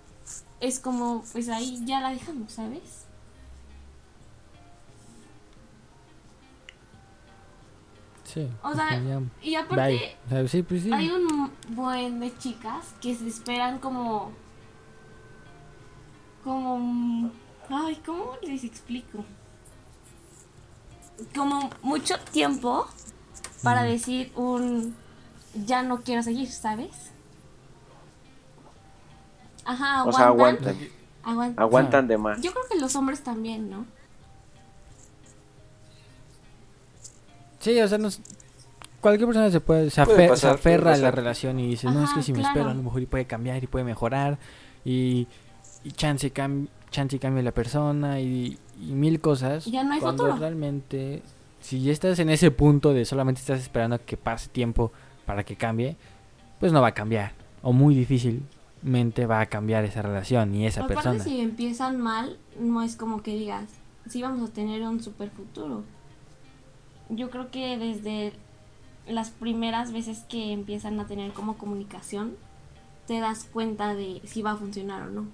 C: es como, pues ahí ya la dejamos, ¿sabes?
A: Sí.
C: O sea,
A: ya,
C: y aparte,
A: bye. O sea, sí, pues sí.
C: Hay un buen de chicas que se esperan como. Como. Ay, ¿cómo les explico? Como mucho tiempo para decir un. Ya no quiero seguir, ¿sabes? Ajá,
B: O
C: aguantan.
B: sea, aguantan.
C: aguantan.
B: Aguantan de más.
C: Yo creo que los hombres también, ¿no?
A: Sí, o sea, nos- cualquier persona se puede, se,
E: Puede
A: afer-
E: pasar,
A: se aferra
E: puede
A: a la
E: pasar.
A: relación y dice, no, es
C: Ajá,
A: que si me
C: claro.
A: espero a lo mejor y puede cambiar y puede mejorar y, y chance, cam- chance y cambia la persona y, y mil cosas.
C: Ya no hay
A: cuando
C: futuro.
A: realmente, si ya estás en ese punto de solamente estás esperando a que pase tiempo para que cambie, pues no va a cambiar o muy difícilmente va a cambiar esa relación y esa
C: Aparte,
A: persona.
C: si empiezan mal, no es como que digas, sí vamos a tener un super futuro. Yo creo que desde las primeras veces que empiezan a tener como comunicación, te das cuenta de si va a funcionar o no.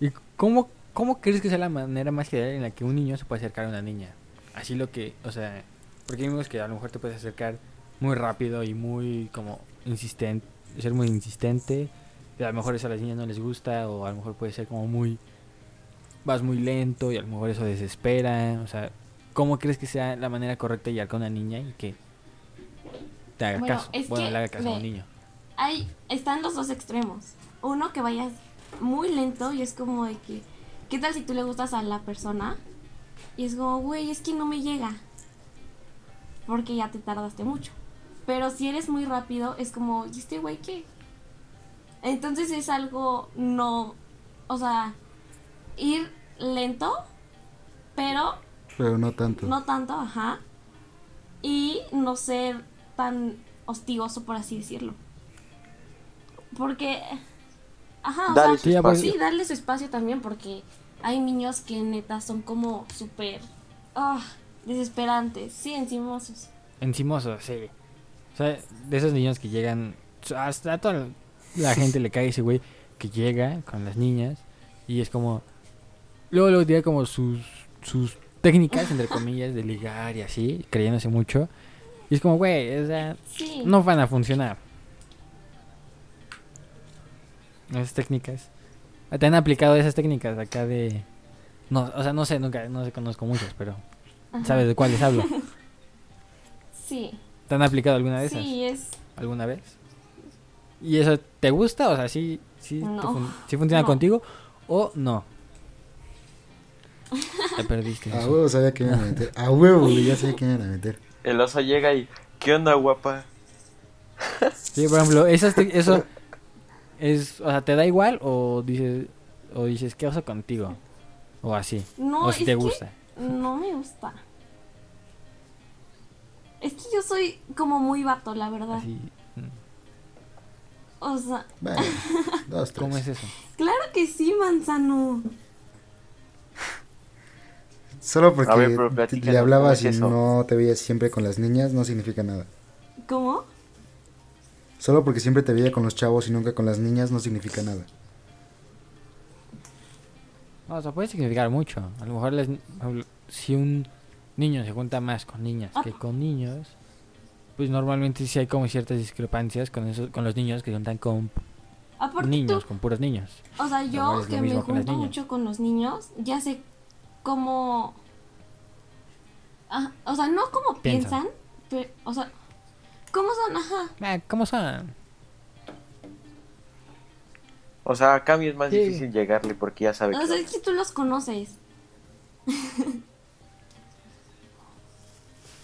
A: Ya. ¿Y cómo, cómo crees que sea la manera más general en la que un niño se puede acercar a una niña? Así lo que, o sea, porque vimos que a lo mejor te puedes acercar muy rápido y muy como insistente, ser muy insistente, y a lo mejor eso a las niñas no les gusta, o a lo mejor puede ser como muy, vas muy lento y a lo mejor eso desespera, o sea, ¿cómo crees que sea la manera correcta de llegar con una niña y que te haga
C: Bueno,
A: caso?
C: es
A: Bueno,
C: que
A: le haga caso a
C: ve,
A: un niño.
C: Ahí están los dos extremos. Uno que vayas muy lento y es como de que, ¿qué tal si tú le gustas a la persona? Y es como, güey, es que no me llega. Porque ya te tardaste mucho. Pero si eres muy rápido, es como, ¿y este güey qué? Entonces es algo no. O sea, ir lento, pero
D: Pero no tanto.
C: no tanto, ajá. Y no ser tan hostigoso, por así decirlo. Porque. Ajá, o
B: Dale
C: sea,
B: su
A: Sí, ya, pues,
B: espacio.
C: sí, darle su espacio también, porque hay niños que neta son como súper. ah, desesperantes, sí, encimosos.
A: Encimoso, sí. O sea, de esos niños que llegan. Hasta a toda
C: [laughs]
A: la gente le cae ese güey que llega con las niñas y es como. Luego, luego tiene como sus, sus técnicas, entre comillas, de ligar y así, creyéndose mucho. Y es como, güey, o sea,
C: Sí.
A: no van a funcionar. Esas técnicas. Ah, ¿Te han aplicado esas técnicas acá de.? No, o sea, no sé, nunca, no sé, conozco muchas, pero.
C: ajá,
A: ¿Sabes de cuáles
C: [laughs]
A: hablo?
C: Sí.
A: ¿Te han aplicado alguna de esas?
C: Sí, es.
A: alguna vez. ¿Y eso te gusta? O sea, ¿sí, sí, te
C: No.
A: fun- sí funciona
C: No.
A: contigo o
C: [laughs]
A: no? Te perdiste.
D: A
A: Jesús.
D: huevo sabía que me iban a meter. A huevo, güey, ya sabía que me iban a meter.
B: El oso llega y, ¿qué onda, guapa?
A: Sí, por ejemplo, esas te- eso es, o sea, ¿te da igual o dices, o dices, ¿qué oso contigo? O así.
C: No,
A: o si
C: es
A: te
C: que-
A: gusta.
C: No me gusta. Es que yo soy como muy vato, la verdad.
A: Así.
C: O sea,
D: Bueno, dos,
A: ¿Cómo es
D: tres.
A: eso?
C: claro que sí, manzano.
D: Solo porque
B: A ver, pero
D: te-
B: platícanos,
D: le hablabas
B: ¿cómo es
D: y
B: eso?
D: no te veías siempre con las niñas, no significa nada.
C: ¿Cómo?
D: Solo porque siempre te veía con los chavos y nunca con las niñas, no significa nada.
A: No, o sea, puede significar mucho. A lo mejor les- si un niño se junta más con niñas que
C: Ah.
A: con niños, pues normalmente sí hay como ciertas discrepancias con esos, con los niños que se juntan con
C: Aparte
A: niños,
C: tú,
A: con puros niños.
C: o sea,
A: no
C: yo
A: es lo
C: que me
A: mismo con las
C: junto
A: niñas.
C: mucho con los niños, ya sé cómo... Ah, o sea, no cómo
A: Piensan.
C: piensan, pero, o sea, cómo son, ajá.
A: Ah, ¿Cómo son?
B: O sea, a cambio es más
A: Sí.
B: difícil llegarle porque ya sabe
C: O sea,
B: que... [laughs]
C: es que tú los conoces.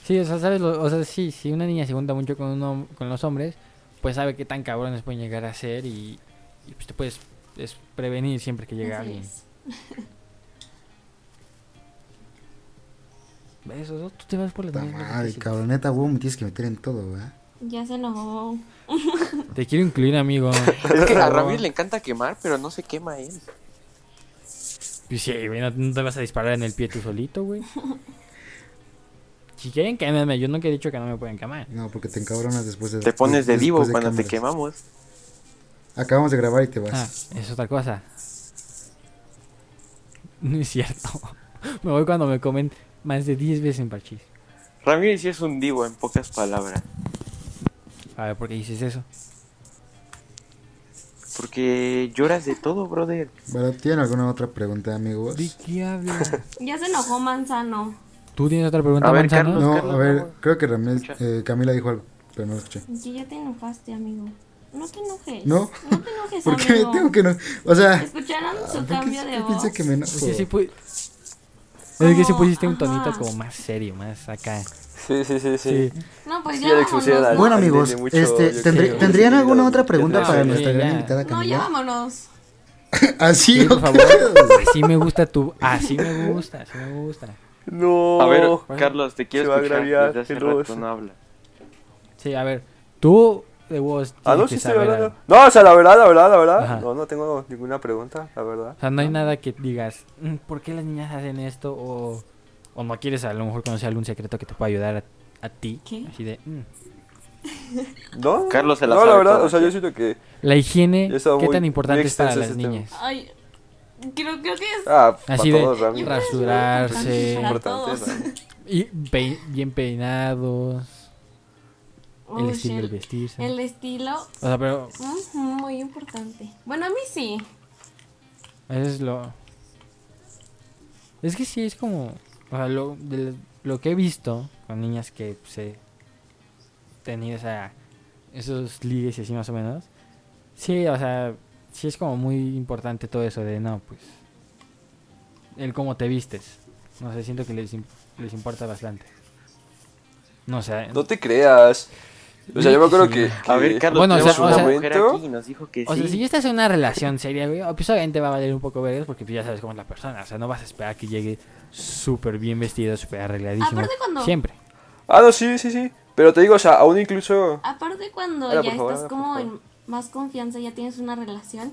A: Sí, o sea, sabes, lo- o sea, sí, si una niña se junta mucho con, un hom- con los hombres, pues sabe qué tan cabrones pueden llegar a ser y, y, pues te puedes es, prevenir siempre que llega
C: Así
A: alguien.
C: es.
A: ¿Ves? O sea, tú te vas por las
D: Puta
A: niñas más
D: madre,
A: difíciles.
D: cabroneta, huevo, me tienes que meter en todo, ¿verdad?
C: Ya se enojó.
A: Te quiero incluir, amigo.
B: Es que a
A: Pero-
B: Ramírez le encanta quemar, pero no se quema él.
A: Pues sí, güey, no, no te vas a disparar en el pie tú solito, güey. Si quieren, quémenme. Yo nunca he dicho que no me pueden quemar.
D: No, porque te encabronas después de...
B: Te pones de
D: después
B: divo cuando te
D: cámaras.
B: quemamos.
D: Acabamos de grabar y te
A: Ah,
D: vas.
A: es otra cosa. No es cierto. [laughs] Me voy cuando me comen más de 10 veces en parchís.
B: Ramírez sí es un divo en pocas palabras.
A: A ver, ¿por qué dices eso?
B: Porque lloras de todo, brother.
D: Bueno, ¿tienen alguna otra pregunta, amigos?
A: ¿De qué hablas?
C: Ya se enojó Manzano.
A: ¿Tú tienes otra pregunta,
B: A ver,
A: Manzano?
B: Carlos.
D: No,
B: Carlos,
D: a ver,
B: no.
D: creo que Ramírez, eh, Camila dijo algo, pero no lo escuché.
C: Sí, ya te enojaste, amigo. No te enojes.
D: ¿No?
C: No te enojes,
D: ¿Por qué
C: amigo.
D: tengo que no? O sea, ah,
C: ¿Escucharon su
D: ¿por qué
C: cambio de
D: siempre
C: voz?
D: piensa que me enojo?
A: Es que sí pues, pu- Es que sí
C: No,
A: pusiste un tonito
C: ajá.
A: como más serio, más acá.
E: Sí, sí, sí, sí.
A: Sí.
C: No, pues
E: Sí,
C: ya
E: Alex
C: vámonos,
E: Uceda,
C: ¿no?
E: Bueno,
B: Ah,
F: Bueno, amigos,
E: Aprendí mucho,
F: este,
E: yo
F: tendré-
E: creo.
F: ¿tendrían
E: Sí,
F: alguna
E: no,
F: otra pregunta
A: no,
F: para
A: sí,
F: nuestra gran
A: ya.
F: invitada
C: No,
F: Camila?
C: ya vámonos.
D: Así,
A: Sí, por
D: ¿o
A: favor.
D: qué?
A: Así me gusta tu... Así me gusta, así me gusta.
E: No.
B: A ver, Oh, Carlos, te
E: se
B: quiero
E: va a
B: escuchar.
E: agraviar,
B: Desde hace
E: qué luz.
B: rato no habla.
A: Sí, a ver. Tú de vos tienes
E: Ah, no,
A: que
E: sí estoy
A: saber
E: hablando.
A: algo.
E: No, o sea, la verdad, la verdad, la verdad.
A: Ajá.
E: No, no tengo ninguna pregunta, la verdad.
A: O sea, no hay nada que digas, "Mm, ¿por qué las niñas hacen esto? O, o no quieres a lo mejor conocer algún secreto que te pueda ayudar a, a ti.
C: ¿Qué?
A: Así de, "Mm".
E: No,
B: Carlos se la
E: No,
B: sabe
E: la verdad,
B: toda.
E: o sea, yo siento que.
A: La higiene,
E: Ya estaba
A: ¿qué
E: muy-
A: tan
E: muy
A: importante es para
E: extenso
A: las
E: ese tema.
A: niñas?
C: Ay, creo, creo que es
E: Ah, para
A: Así de
E: todos, Rami.
C: Yo creo que es muy
A: rasurarse
C: importante para todos.
E: Importante, Rami.
A: y pe- bien peinados, el
C: Oh,
A: estilo del
C: shit.
A: vestirse.
C: El estilo,
A: O sea, pero
C: ujú, muy importante. Bueno, a mí sí.
A: eso es lo... Es que sí, es como... O sea, lo, de lo que he visto con niñas que pues, he tenido esa- esos ligues y así más o menos. Sí, o sea, sí es como muy importante todo eso de, no, pues... El cómo te vistes. No sé, siento que les, im- les importa bastante. No sé.
E: No te creas. O sea, yo me acuerdo que.
B: A ver, Carlos,
A: Bueno, o
B: tenemos
A: sea, o
B: una
A: sea-
B: mujer
E: momento.
B: aquí y nos dijo que
A: O
B: sí.
A: sea, si ya estás en una relación seria, güey, pues obviamente va a valer un poco vergas porque pues, ya sabes cómo es la persona. O sea, no vas a esperar que llegue súper bien vestido, súper arregladísimo.
C: Aparte cuando-
A: Siempre.
E: Ah, no, sí, sí, sí. Pero te digo, o sea, aún incluso.
C: Aparte cuando
E: Ahora,
C: ya
E: por favor,
C: estás
E: ahora, por
C: como
E: favor.
C: en más confianza, ya tienes una relación,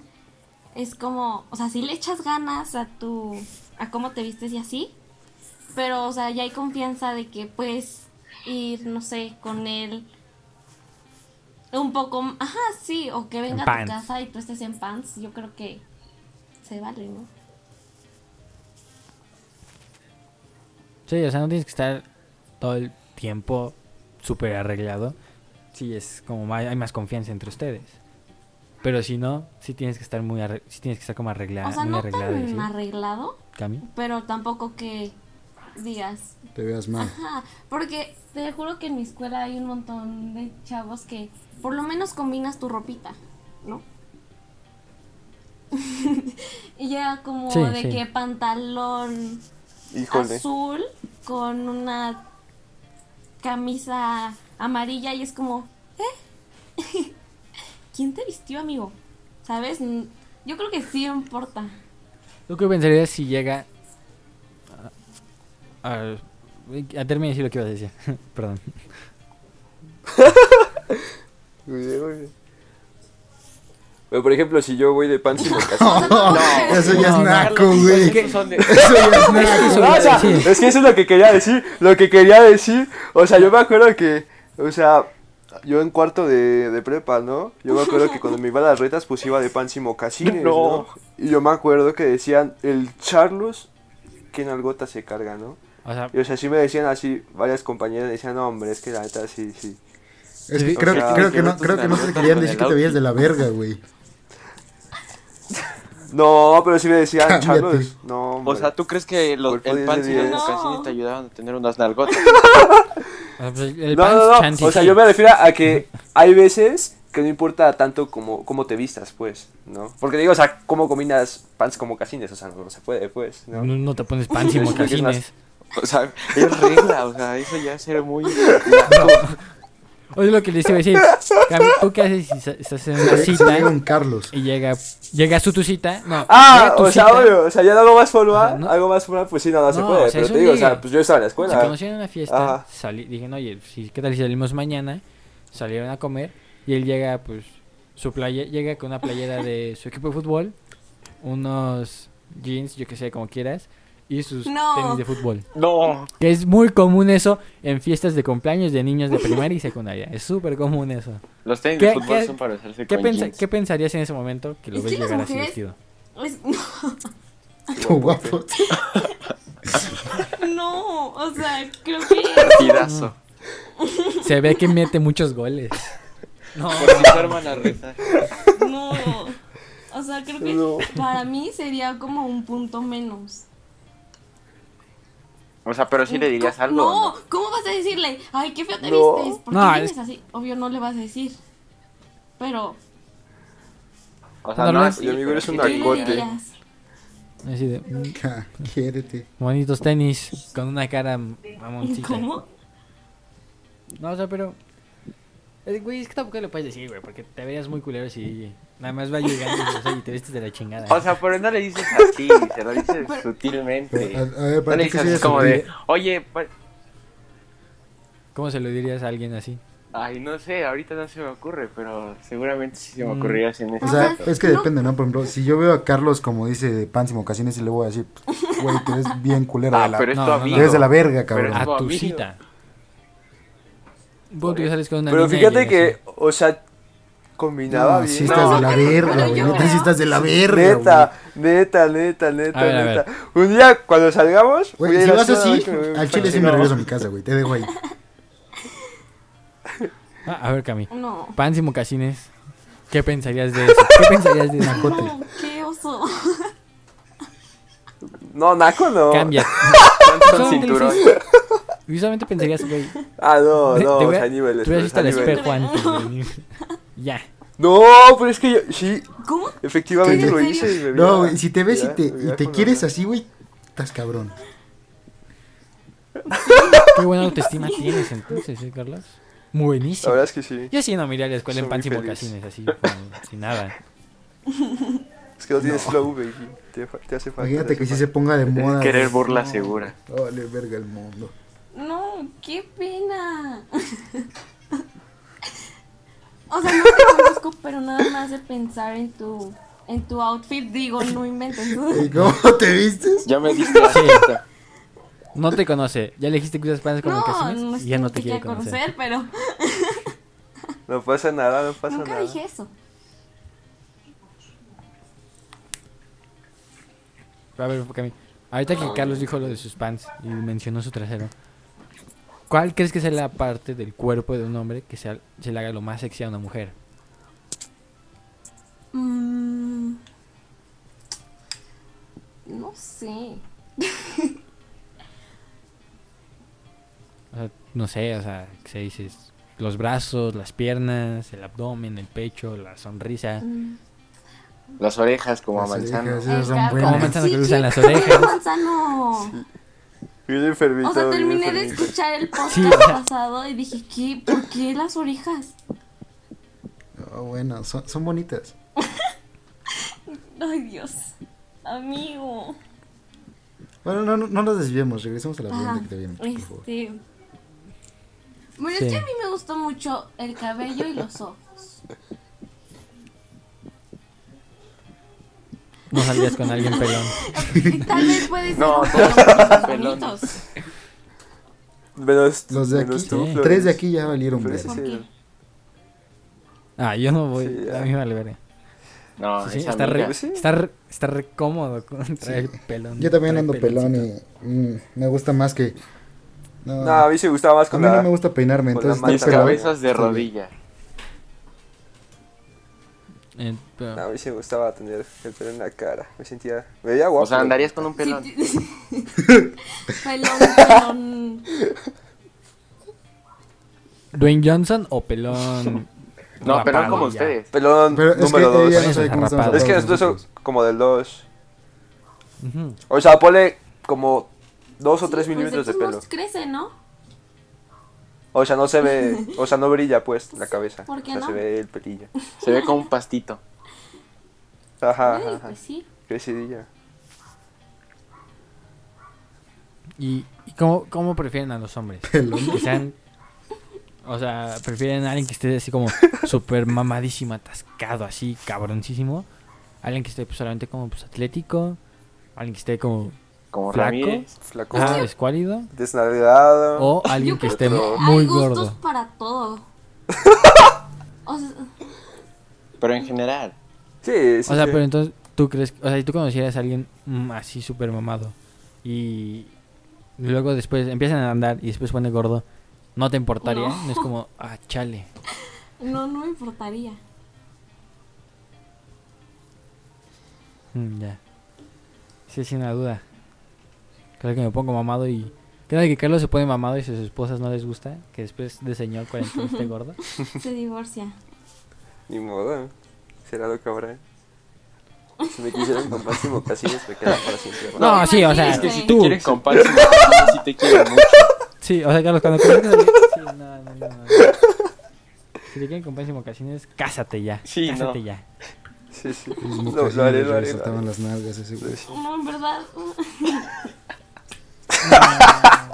C: es como, o sea, si le echas ganas a tu, a cómo te vistes y así, pero, o sea, ya hay confianza de que puedes ir, no sé, con él un poco, m- ajá, sí, o que venga a
A: pants.
C: tu casa y tú estés en pants, yo creo que se vale, ¿no?
A: Sí, o sea, no tienes que estar todo el tiempo súper arreglado. Sí, es como más, hay más confianza entre ustedes. Pero si no, sí tienes que estar muy arre- sí tienes que estar como arreglada,
C: O sea,
A: muy
C: no
A: arreglado y
C: tan
A: así.
C: arreglado,
A: Cami.
C: pero tampoco que digas,
D: Te veas mal.
C: Ajá, porque te juro que en mi escuela hay un montón de chavos que por lo menos combinas tu ropita, ¿no? [laughs] y ya como
A: Sí,
C: de
A: sí.
C: que pantalón
E: Híjole.
C: azul con una camisa amarilla y es como, ¿eh? [laughs] ¿Quién te vistió, amigo? ¿Sabes? N- Yo creo que sí importa.
A: Lo que pensaría si llega a, a, a terminar de decir lo que ibas a decir. [laughs] Perdón.
E: Muy bien, muy bien. Pero, por ejemplo, si yo voy de pants
A: [laughs]
E: y me caso.
D: Eso ya es
A: No,
D: naco, güey.
B: Esos son [laughs] de-
D: Eso ya es naco.
E: No, o sea, es que eso es lo que quería decir, lo que quería decir, o sea, yo me acuerdo que, o sea, yo en cuarto de, de prepa, ¿no? Yo me acuerdo que cuando me iba a las retas pues iba de pants y mocasines, ¿no?
B: No.
E: Y yo me acuerdo que decían, el Charlos, que en algota se carga, ¿no?
A: O sea,
E: Y o sea, sí me decían así, varias compañeras decían, no, hombre, es que la neta sí, sí.
D: Es que
A: Sí,
D: creo,
E: o sea,
D: creo
E: sí,
D: que no,
B: tus
D: creo que no te
B: anécdotas
D: querían
B: con el
D: decir que te veías
B: outfit.
D: de la verga, güey.
E: No, pero sí me decían,
D: Cámbiate.
E: Charlos, no, hombre.
B: O sea, ¿tú crees que los,
E: Cuerpo
B: el
E: diez
B: pants
E: de
B: y los
E: diez.
B: mocasines
C: No.
B: te ayudaban a tener unas nalgotas? [laughs]
A: o sea, pues, el
E: no,
A: pants,
E: no, no,
A: chance y
E: o sea,
A: sí.
E: yo me refiero a que hay veces que no importa tanto como cómo te vistas, pues, ¿no? Porque digo, o sea, cómo combinas pants como casines, o sea, no, no se puede, pues,
A: No,
E: ¿no?
A: no te pones pants y
E: [laughs] Yo siento que es más-
A: mocasines.
B: O sea, es regla, o sea, eso ya es ser muy...
A: Oye, lo que les iba a decir. Cami, ¿tú qué haces si sa- estás en una
D: Se
A: cita
D: llega un [laughs] Carlos.
A: y llega, llegas tú a tu cita? No, llega
E: Ah,
A: tu
E: o sea,
A: cita,
E: obvio, o sea, ya no hago más
A: O
E: forma,
A: sea, no-
E: algo más forma, pues sí, no, no, se
A: No,
E: puede,
A: o sea,
E: pero
A: es
E: te
A: un
E: digo, o sea,
A: ligue.
E: pues yo estaba en la
A: Se
E: escuela.
A: conocieron en una fiesta.
E: Ajá.
A: Salí, dije, oye, si, ¿qué tal si salimos mañana? Salieron a comer y él llega, pues, su playa, llega con una playera de su equipo de fútbol, unos jeans, yo que sé, como quieras, y sus
C: No.
A: tenis de fútbol.
B: [laughs] No.
A: Que es muy común eso en fiestas de cumpleaños de niños de primaria y secundaria. Es súper común eso.
B: Los tenis
A: ¿Qué-
B: de fútbol
A: qué-
B: son para hacerse
A: ¿Qué,
B: con
A: pensa-
B: jeans. [laughs]
A: ¿Qué pensarías en ese momento que lo
C: Es
A: ves
C: que las
A: llegar así
C: mujeres-
A: vestido?
C: Es- [laughs]
D: Tu guapo.
C: no, o sea, creo que
B: Partidazo.
A: Se ve que mete muchos goles. No,
B: Por si se arman a rezar.
C: no. O sea, creo que
E: No.
C: para mí sería como un punto menos.
B: O sea, pero si le dirías
C: ¿Cómo-
B: algo.
C: No,
B: ¿no?
C: ¿cómo vas a decirle? Ay, qué feo te
E: No.
C: vistes. ¿Por qué
A: No,
C: vienes
A: es-
C: así? Obvio no le vas a decir. Pero,
B: O sea,
A: No,
B: no,
A: no,
B: así.
E: mi amigo
B: pero
E: eres
B: sí
E: un
B: te-
C: ¿qué le
E: narcote.
C: dirías?
A: así de, mm,
D: Ja, Quiérete.
A: bonitos tenis con una cara mamoncita.
C: ¿Cómo?
A: No, o sea, pero. eh, Güey, es que tampoco le puedes decir, güey, porque te verías muy culero si nada más va llegando o sea, y te vistes de la chingada.
B: O sea, pero no le dices así, se lo
C: [laughs]
B: dices sutilmente.
D: Pero, a, a ver,
B: No
D: ¿para
B: le
D: ti
B: dices
D: qué
B: así
D: sería
B: como
D: sentir?
B: de, oye, pues, pa-
A: ¿cómo se lo dirías a alguien así?
B: ay, no sé, ahorita no se me ocurre, pero seguramente sí se me
A: Mm.
B: ocurriría Ah, así en ese
D: O sea,
B: momento.
D: es que
C: No.
D: depende, ¿no? Por ejemplo, si yo veo a Carlos como dice de pan sin ocasiones y le voy a decir, "Pues, güey, te ves bien culero
B: Ah,
D: de la,
B: pero es
A: no,
B: tu
A: no, no.
B: amigo.
D: te ves de la verga,
B: Pero
D: cabrón.
B: es-
A: A
B: tu
A: tu
B: amigo.
A: cita. Vos tú ya sales con una
E: Pero
A: niña y
E: fíjate
A: llegas
E: que, o sea, combinaba
D: No,
E: bien.
D: sí estás
B: No,
D: de la verga,
C: pero
D: güey.
C: yo
D: No te
C: creo-
D: sí estás de la verga,
E: Neta, neta, neta, neta,
A: A ver, a
E: neta. Un día cuando salgamos,
D: güey.
E: voy a
D: Güey,
E: ir
D: si
E: a
D: vas
E: hacer una
D: así,
E: noche, güey,
D: al chile sí me
E: pero-
D: regreso a mi casa, güey. Te dejo ahí.
A: Ah, a ver, Cami.
C: No.
A: Pan sin mocasines. ¿Qué pensarías de eso? ¿Qué pensarías de Nacote?
C: No, qué oso. [laughs]
E: No, naco [laughs] no.
A: Cambia.
B: Son cinturón.
A: Y solamente pensarías, güey.
E: Ah, no,
A: te-
E: no,
A: te
E: o
A: voy a-
E: sea, niveles.
A: Te hubieras
E: o
A: visto
E: sea,
A: al
E: niveles.
A: espejo antes. güey. [laughs] Ya.
E: No, pero es que yo, sí,
C: ¿Cómo?
E: efectivamente
D: ¿Qué?
E: lo hice y me vi.
D: No, güey, si te ves y
E: Ya,
D: te,
E: ya
D: y te
E: con
D: quieres
E: la-
D: así, güey, estás cabrón.
A: Qué buena autoestima tienes entonces, ¿eh, Carlos? Muy
E: La
A: buenísimo.
E: verdad es que sí.
A: Yo sí no miré a la escuela
E: Soy
A: en pan
E: muy
A: sin
E: feliz.
A: mocasines, así, como, sin nada.
E: Es que no tienes flow, baby. Te, fa- te hace falta. te
D: Imagínate
E: hace
D: que si
E: falta.
D: se ponga de moda.
B: Querer
D: güey.
B: burla segura.
D: Vale, verga el mundo.
C: No, qué pena. [laughs] o sea, no te conozco, pero nada más de pensar en tu en tu outfit digo, no inventes.
E: [laughs]
D: Ey, ¿Cómo [laughs] te vistes?
B: Ya me diste la
A: No te conoce. Ya le dijiste que usas panes con
C: No,
A: mocasines
C: no
A: y ya no te
C: quiero
A: quiere conocer.
C: pero
E: No pasa nada, no
C: [laughs]
E: pasa
C: nunca
E: nada.
C: dije eso.
A: A ver, Cami. Ahorita que Carlos dijo lo de sus pants y mencionó su trasero. ¿Cuál crees que sea la parte del cuerpo de un hombre que sea- se le haga lo más sexy a una mujer?
C: Mm, no sé.
A: O sea, no sé, o sea, que se dices los brazos, las piernas, el abdomen, el pecho, la sonrisa.
C: Mm,
B: Las orejas como a
D: Las
B: manzana.
D: orejas, esas
C: el
D: son
C: gato.
A: Como
D: buenas.
A: manzana que le
C: Sí,
A: usan las
C: chico,
A: orejas.
C: Manzano.
E: Bien enfermito.
C: O sea,
E: bien
C: terminé de
E: enfermito.
C: escuchar el podcast
A: Sí, o sea-
C: pasado y dije, ¿qué? ¿Por qué las orejas?
D: Oh, bueno, son, son bonitas.
C: Ay, Dios. Amigo.
D: Bueno, no, no, no nos desviemos, regresemos a la
C: Ajá,
D: pregunta que te viene. por favor.
C: este. Bueno,
A: Sí.
C: es que a mí me gustó mucho el cabello y los
A: [laughs]
C: ojos.
A: No saldrías con alguien
D: [laughs]
A: pelón.
C: Y tal vez puede ser
B: No,
C: un
B: todos
C: poco
B: son
C: más
B: pelones.
C: bonitos.
E: Menos,
D: Los de
E: menos
D: aquí,
E: tú,
A: Sí.
E: Flores.
D: tres de aquí ya valieron
E: Flores,
D: verga.
C: ¿Por
E: sí,
C: qué?
E: no.
A: Ah, yo no voy.
E: Sí, ya.
A: a mí me vale verga.
B: No,
A: Sí, sí,
B: esa
A: está, re,
B: amiga.
E: Sí.
A: está, re- está re cómodo con traer pelón.
D: Yo también
A: traer
D: ando pelón
A: peloncito.
D: y mm, me gusta más que. No,
E: No, a mí se gustaba más
D: a
E: con
D: mí
E: la.
D: no me gusta peinarme,
E: con la
D: entonces.
E: manta.
D: estar pelón-
B: Cabezas de
D: está bien.
B: rodilla.
A: Eh, pero-
E: No, a mí sí me gustaba tener el pelo en la cara. Me sentía. Me veía guapo.
B: O sea, andarías con un
C: Sí,
B: pelón.
C: sí. pelón, pelón.
A: Dwayne Johnson o pelón.
B: [laughs] No, pelón
A: rapado
B: como
A: ya?
B: ustedes.
E: Pelón
D: Pero es que
E: número dos.
D: ella no
A: Bueno,
D: sabe cómo estamos
A: rapado.
E: Es que
D: nosotros.
E: nosotros somos como del 2.
A: Ujú.
E: O sea, ponle como 2 o 3
C: Sí, pues,
E: milímetros de
C: todos
E: pelo.
C: modos crece, ¿no?
E: O sea, no
C: [laughs]
E: se ve. O sea, no brilla pues la cabeza.
C: ¿por qué
E: o sea,
C: no?
E: se ve
C: [laughs]
E: el pelillo.
B: Se ve como un pastito.
E: Ajá,
C: Ay,
E: ajá, ajá.
C: pues sí.
E: Crecidilla.
A: ¿Y, y cómo, cómo prefieren a los hombres?
D: Pelón.
A: Que sean. O sea, prefieren a alguien que esté así como súper mamadísimo, atascado, así cabroncísimo. Alguien que esté pues, solamente como pues, atlético. Alguien que esté como
B: como
A: ¿Flaco?
B: Ramírez.
E: Flaco.
A: Ah, escuálido.
E: Desnalgado.
A: O alguien que esté
E: Ah. creo que
A: muy
C: Hay gustos
A: gordo.
C: para todo.
E: [laughs]
C: O sea,
B: Pero en general,
E: Sí, sí.
A: O sea,
E: sí.
A: pero entonces tú crees, o sea, si tú conocieras a alguien mm, así súper mamado y luego después empiezan a andar y después pone gordo, ¿no te importaría? No, es como, ah, chale.
C: no, no me importaría.
A: Mm, ya. Sí, sin la duda. Creo que me pongo mamado y... ¿Qué tal que Carlos se pone mamado y sus esposas no les gusta? Que después de señor 40 esté gordo.
C: Se divorcia.
E: Ni modo. Será lo que habrá. Si me quisieran con Máximo Casillas, me quedaría para siempre. ¿no?
A: No,
C: No,
A: sí, o sea,
C: imagínate. Es que si
A: tú.
B: quieren compartir, si te quieren mucho.
A: Sí, o sea, Carlos, cuando conozcas a alguien- Sí, no, no, no, no. Si te quieren con Páncimo ocasiones, cásate ya.
B: Sí, no.
A: cásate ya.
E: Sí, sí.
D: Los
E: Lo,
D: mocasines
E: lo haré,
D: le
E: lo haré. lo
D: resaltaban
E: haré.
D: las nalgas a ese güey.
C: No, en verdad.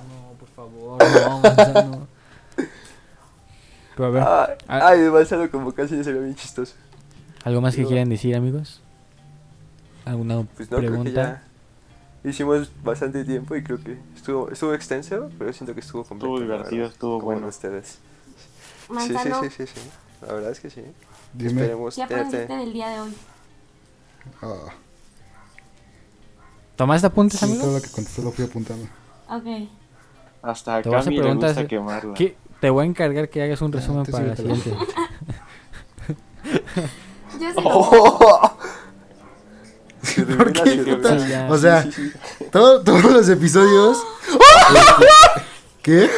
A: No, por favor, Oh, no, Gonzalo. Pero a ver,
E: Ay,
A: Ah.
E: ay, demasiado con Casillas sería bien chistoso.
A: ¿algo más que
E: no.
A: quieran decir, amigos? ¿Alguna
E: Pues no, creo que
A: pregunta?
E: ya hicimos bastante tiempo y creo que estuvo, estuvo extenso, pero siento que estuvo
B: [laughs]
E: completo.
B: Estuvo
E: la
B: divertido,
E: verdad,
B: estuvo
E: como
B: bueno.
E: de ustedes. Sí, sí,
C: Manzano,
E: sí, sí, sí. La verdad es que sí.
D: Dime.
E: Esperemos
C: ¿qué aprendiste
E: tenerte.
C: del día de hoy?
D: Ah,
A: ¿Tomaste apuntes,
D: sí, todo
A: amigos?
D: lo que contestó lo fui apuntando.
C: Ok.
B: Hasta a
A: Te vas a
B: Cami le
A: preguntar
B: gusta
A: si-
B: quemarla.
A: ¿Qué? Te voy a encargar que hagas un
D: Ah,
A: resumen
D: te
A: para la
D: sirve, te
A: siguiente.
D: lo-
C: Yo sí
E: Oh. Se revela, se revela.
A: Sí, ya.
D: O sea, todo- todos
A: [laughs]
D: los episodios. ¿Qué?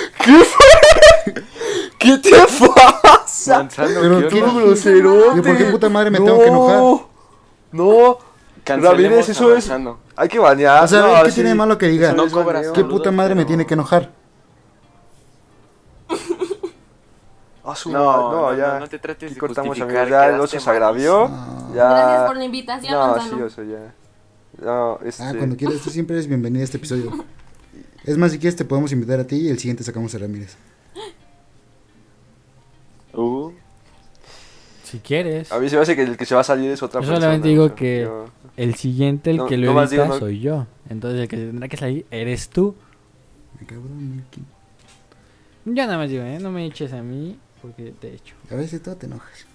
E: [laughs] ¿Qué te pasa?
B: Manzano,
D: Pero
B: ¿qué
D: tú-
B: onda?
D: ¿Y
E: grosero.
D: por qué puta madre me tengo que enojar?
E: No,
B: Cancelemos
E: Ramírez,
B: a
E: eso es-
B: Manzano.
E: hay que banear.
D: O sea,
E: no,
D: ¿qué
E: sí.
D: tiene de malo que diga?
B: No
E: es
B: cobras
E: baneo.
D: ¿Qué
B: saludos,
D: puta madre me
B: pero-
D: tiene que enojar?
E: Ah, su
B: No,
E: madre, no,
B: no,
E: ya.
B: no, no te trates
E: Aquí
B: de
E: cortamos,
B: justificar,
E: amigos. Ya el
B: quedaste
E: oso se
B: mal.
E: agravió. Ya.
C: Gracias por la invitación,
E: No, sí,
C: Gonzalo.
E: oso, ya. No, este.
D: Ah, cuando quieras, tú siempre eres bienvenida a este episodio. Es más, si quieres, te podemos invitar a ti y el siguiente sacamos a Ramírez.
B: Uh,
A: Si quieres,
E: A mí se me hace que el que se va a salir es
A: Yo
E: otra persona.
A: solamente digo
E: o sea,
A: que-
E: yo-
A: el siguiente, el
E: No,
A: que lo
E: nomás
A: edita,
E: digo, no-
A: soy yo. Entonces, el que tendrá que salir eres tú.
D: Me cago en mi-
A: Yo nada más digo, ¿eh? No me eches a mí porque te echo.
D: A veces todo te enojas.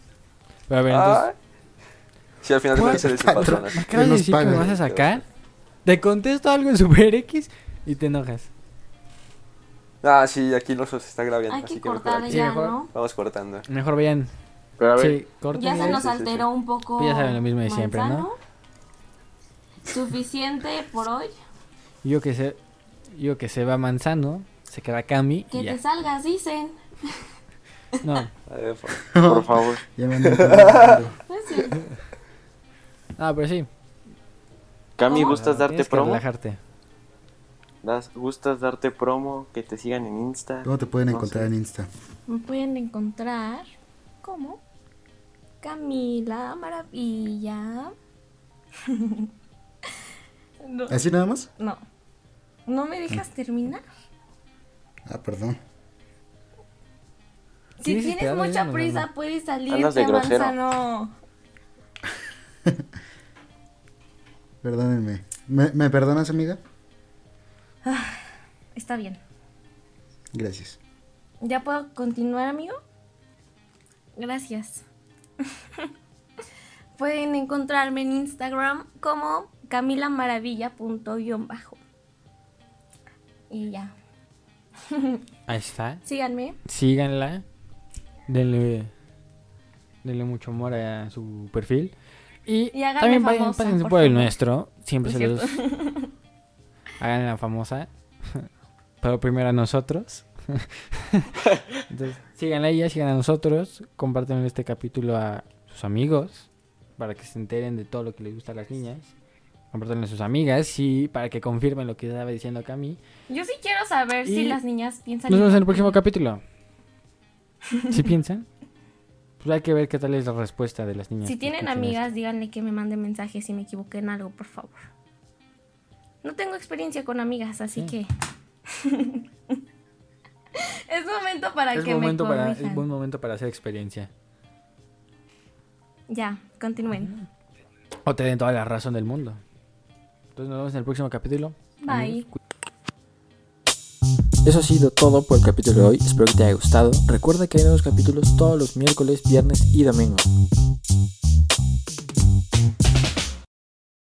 A: Pero a ver, entonces...
E: Ay. Ah, Sí, al final de cuentas eres el patrón.
A: [laughs] ¿Me acabas
D: No
A: de
D: nos
A: decir que me
D: pagan.
A: vas a sacar? Te contesto algo en Super X y te enojas.
E: Ah, sí, aquí los se está agraviando.
C: Hay
E: así
C: que
E: que mejor
C: cortar
E: aquí.
A: Sí,
C: ya,
A: mejor.
C: ¿no?
E: Vamos cortando.
A: Mejor vean.
B: pero a ver,
A: Sí, corten
C: Ya se
A: ahí.
C: nos
E: sí, sí, sí.
C: alteró un poco.
A: Pues ya saben, lo mismo de siempre, ¿no?
C: Manzano. Suficiente por hoy.
A: Yo que sé, yo que se va Manzano, se queda Cami
C: Que
A: y ya.
C: te salgas, dicen.
A: No,
E: A ver, por-
B: por favor.
D: Ya me andan contando.
C: Pues sí.
A: no, pero sí.
B: Cami,
C: ¿Cómo?
B: ¿gustas darte
A: Tienes que
B: promo?
A: relajarte.
B: Das- ¿Gustas darte promo? Que te sigan en Insta.
D: ¿Cómo te pueden
B: No
D: encontrar
B: sé.
D: en Insta?
C: Me pueden encontrar como Camila Maravilla. [laughs] no,
D: ¿Así nada más?
C: no. ¿No me
A: Mm.
C: dejas terminar?
D: Ah, perdón.
A: Sí, sí,
C: Si
A: te
C: tienes
A: hablo,
C: mucha
A: dímelo,
C: prisa,
A: no.
C: puedes
B: Andas de
C: salirte,
B: grosero.
C: manzano.
D: Perdónenme. ¿Me, me perdonas, amiga?
C: Está bien.
D: Gracias.
C: ¿Ya puedo continuar, amigo? Gracias. [laughs] Pueden encontrarme en Instagram como camilaMaravilla.bajo. Y ya.
A: Ahí está.
C: Síganme.
A: Síganla. Denle, denle mucho amor a su perfil. Y,
C: Y háganla
A: también vayan-
C: famosa,
A: pásense
C: por
A: por el
C: favor.
A: nuestro. Siempre
C: No
A: se
C: es
A: los
C: [laughs]
A: hagan la famosa. [laughs] Pero primero a nosotros. [laughs] Entonces, síganla a ella, sigan a nosotros. Compartan este capítulo a sus amigos. Para que se enteren de todo lo que les gusta a las niñas. Compartanlo a sus amigas y para que confirmen lo que estaba diciendo Cami.
C: Yo sí quiero saber
A: Y
C: si las niñas piensan.
A: Nos vemos en el
C: igual
A: próximo
C: que
A: [laughs]
C: yo.
A: capítulo. ¿Sí piensan? Pues hay que ver qué tal es la respuesta de las niñas.
C: Si
A: que
C: tienen
A: escuchan
C: amigas, díganle que me manden mensajes si me equivoqué en algo, por favor. No tengo experiencia con amigas, así
A: Sí.
C: que. [laughs] es momento para
A: esto. Es,
C: que
A: momento
C: me
A: para,
C: corrijan.
A: es buen momento para hacer experiencia.
C: Ya, continúen.
A: O te den toda la razón del mundo. Entonces nos vemos en el próximo capítulo.
C: Bye.
A: Eso ha sido todo por el capítulo de hoy, espero que te haya gustado. Recuerda que hay nuevos capítulos todos los miércoles, viernes y domingo.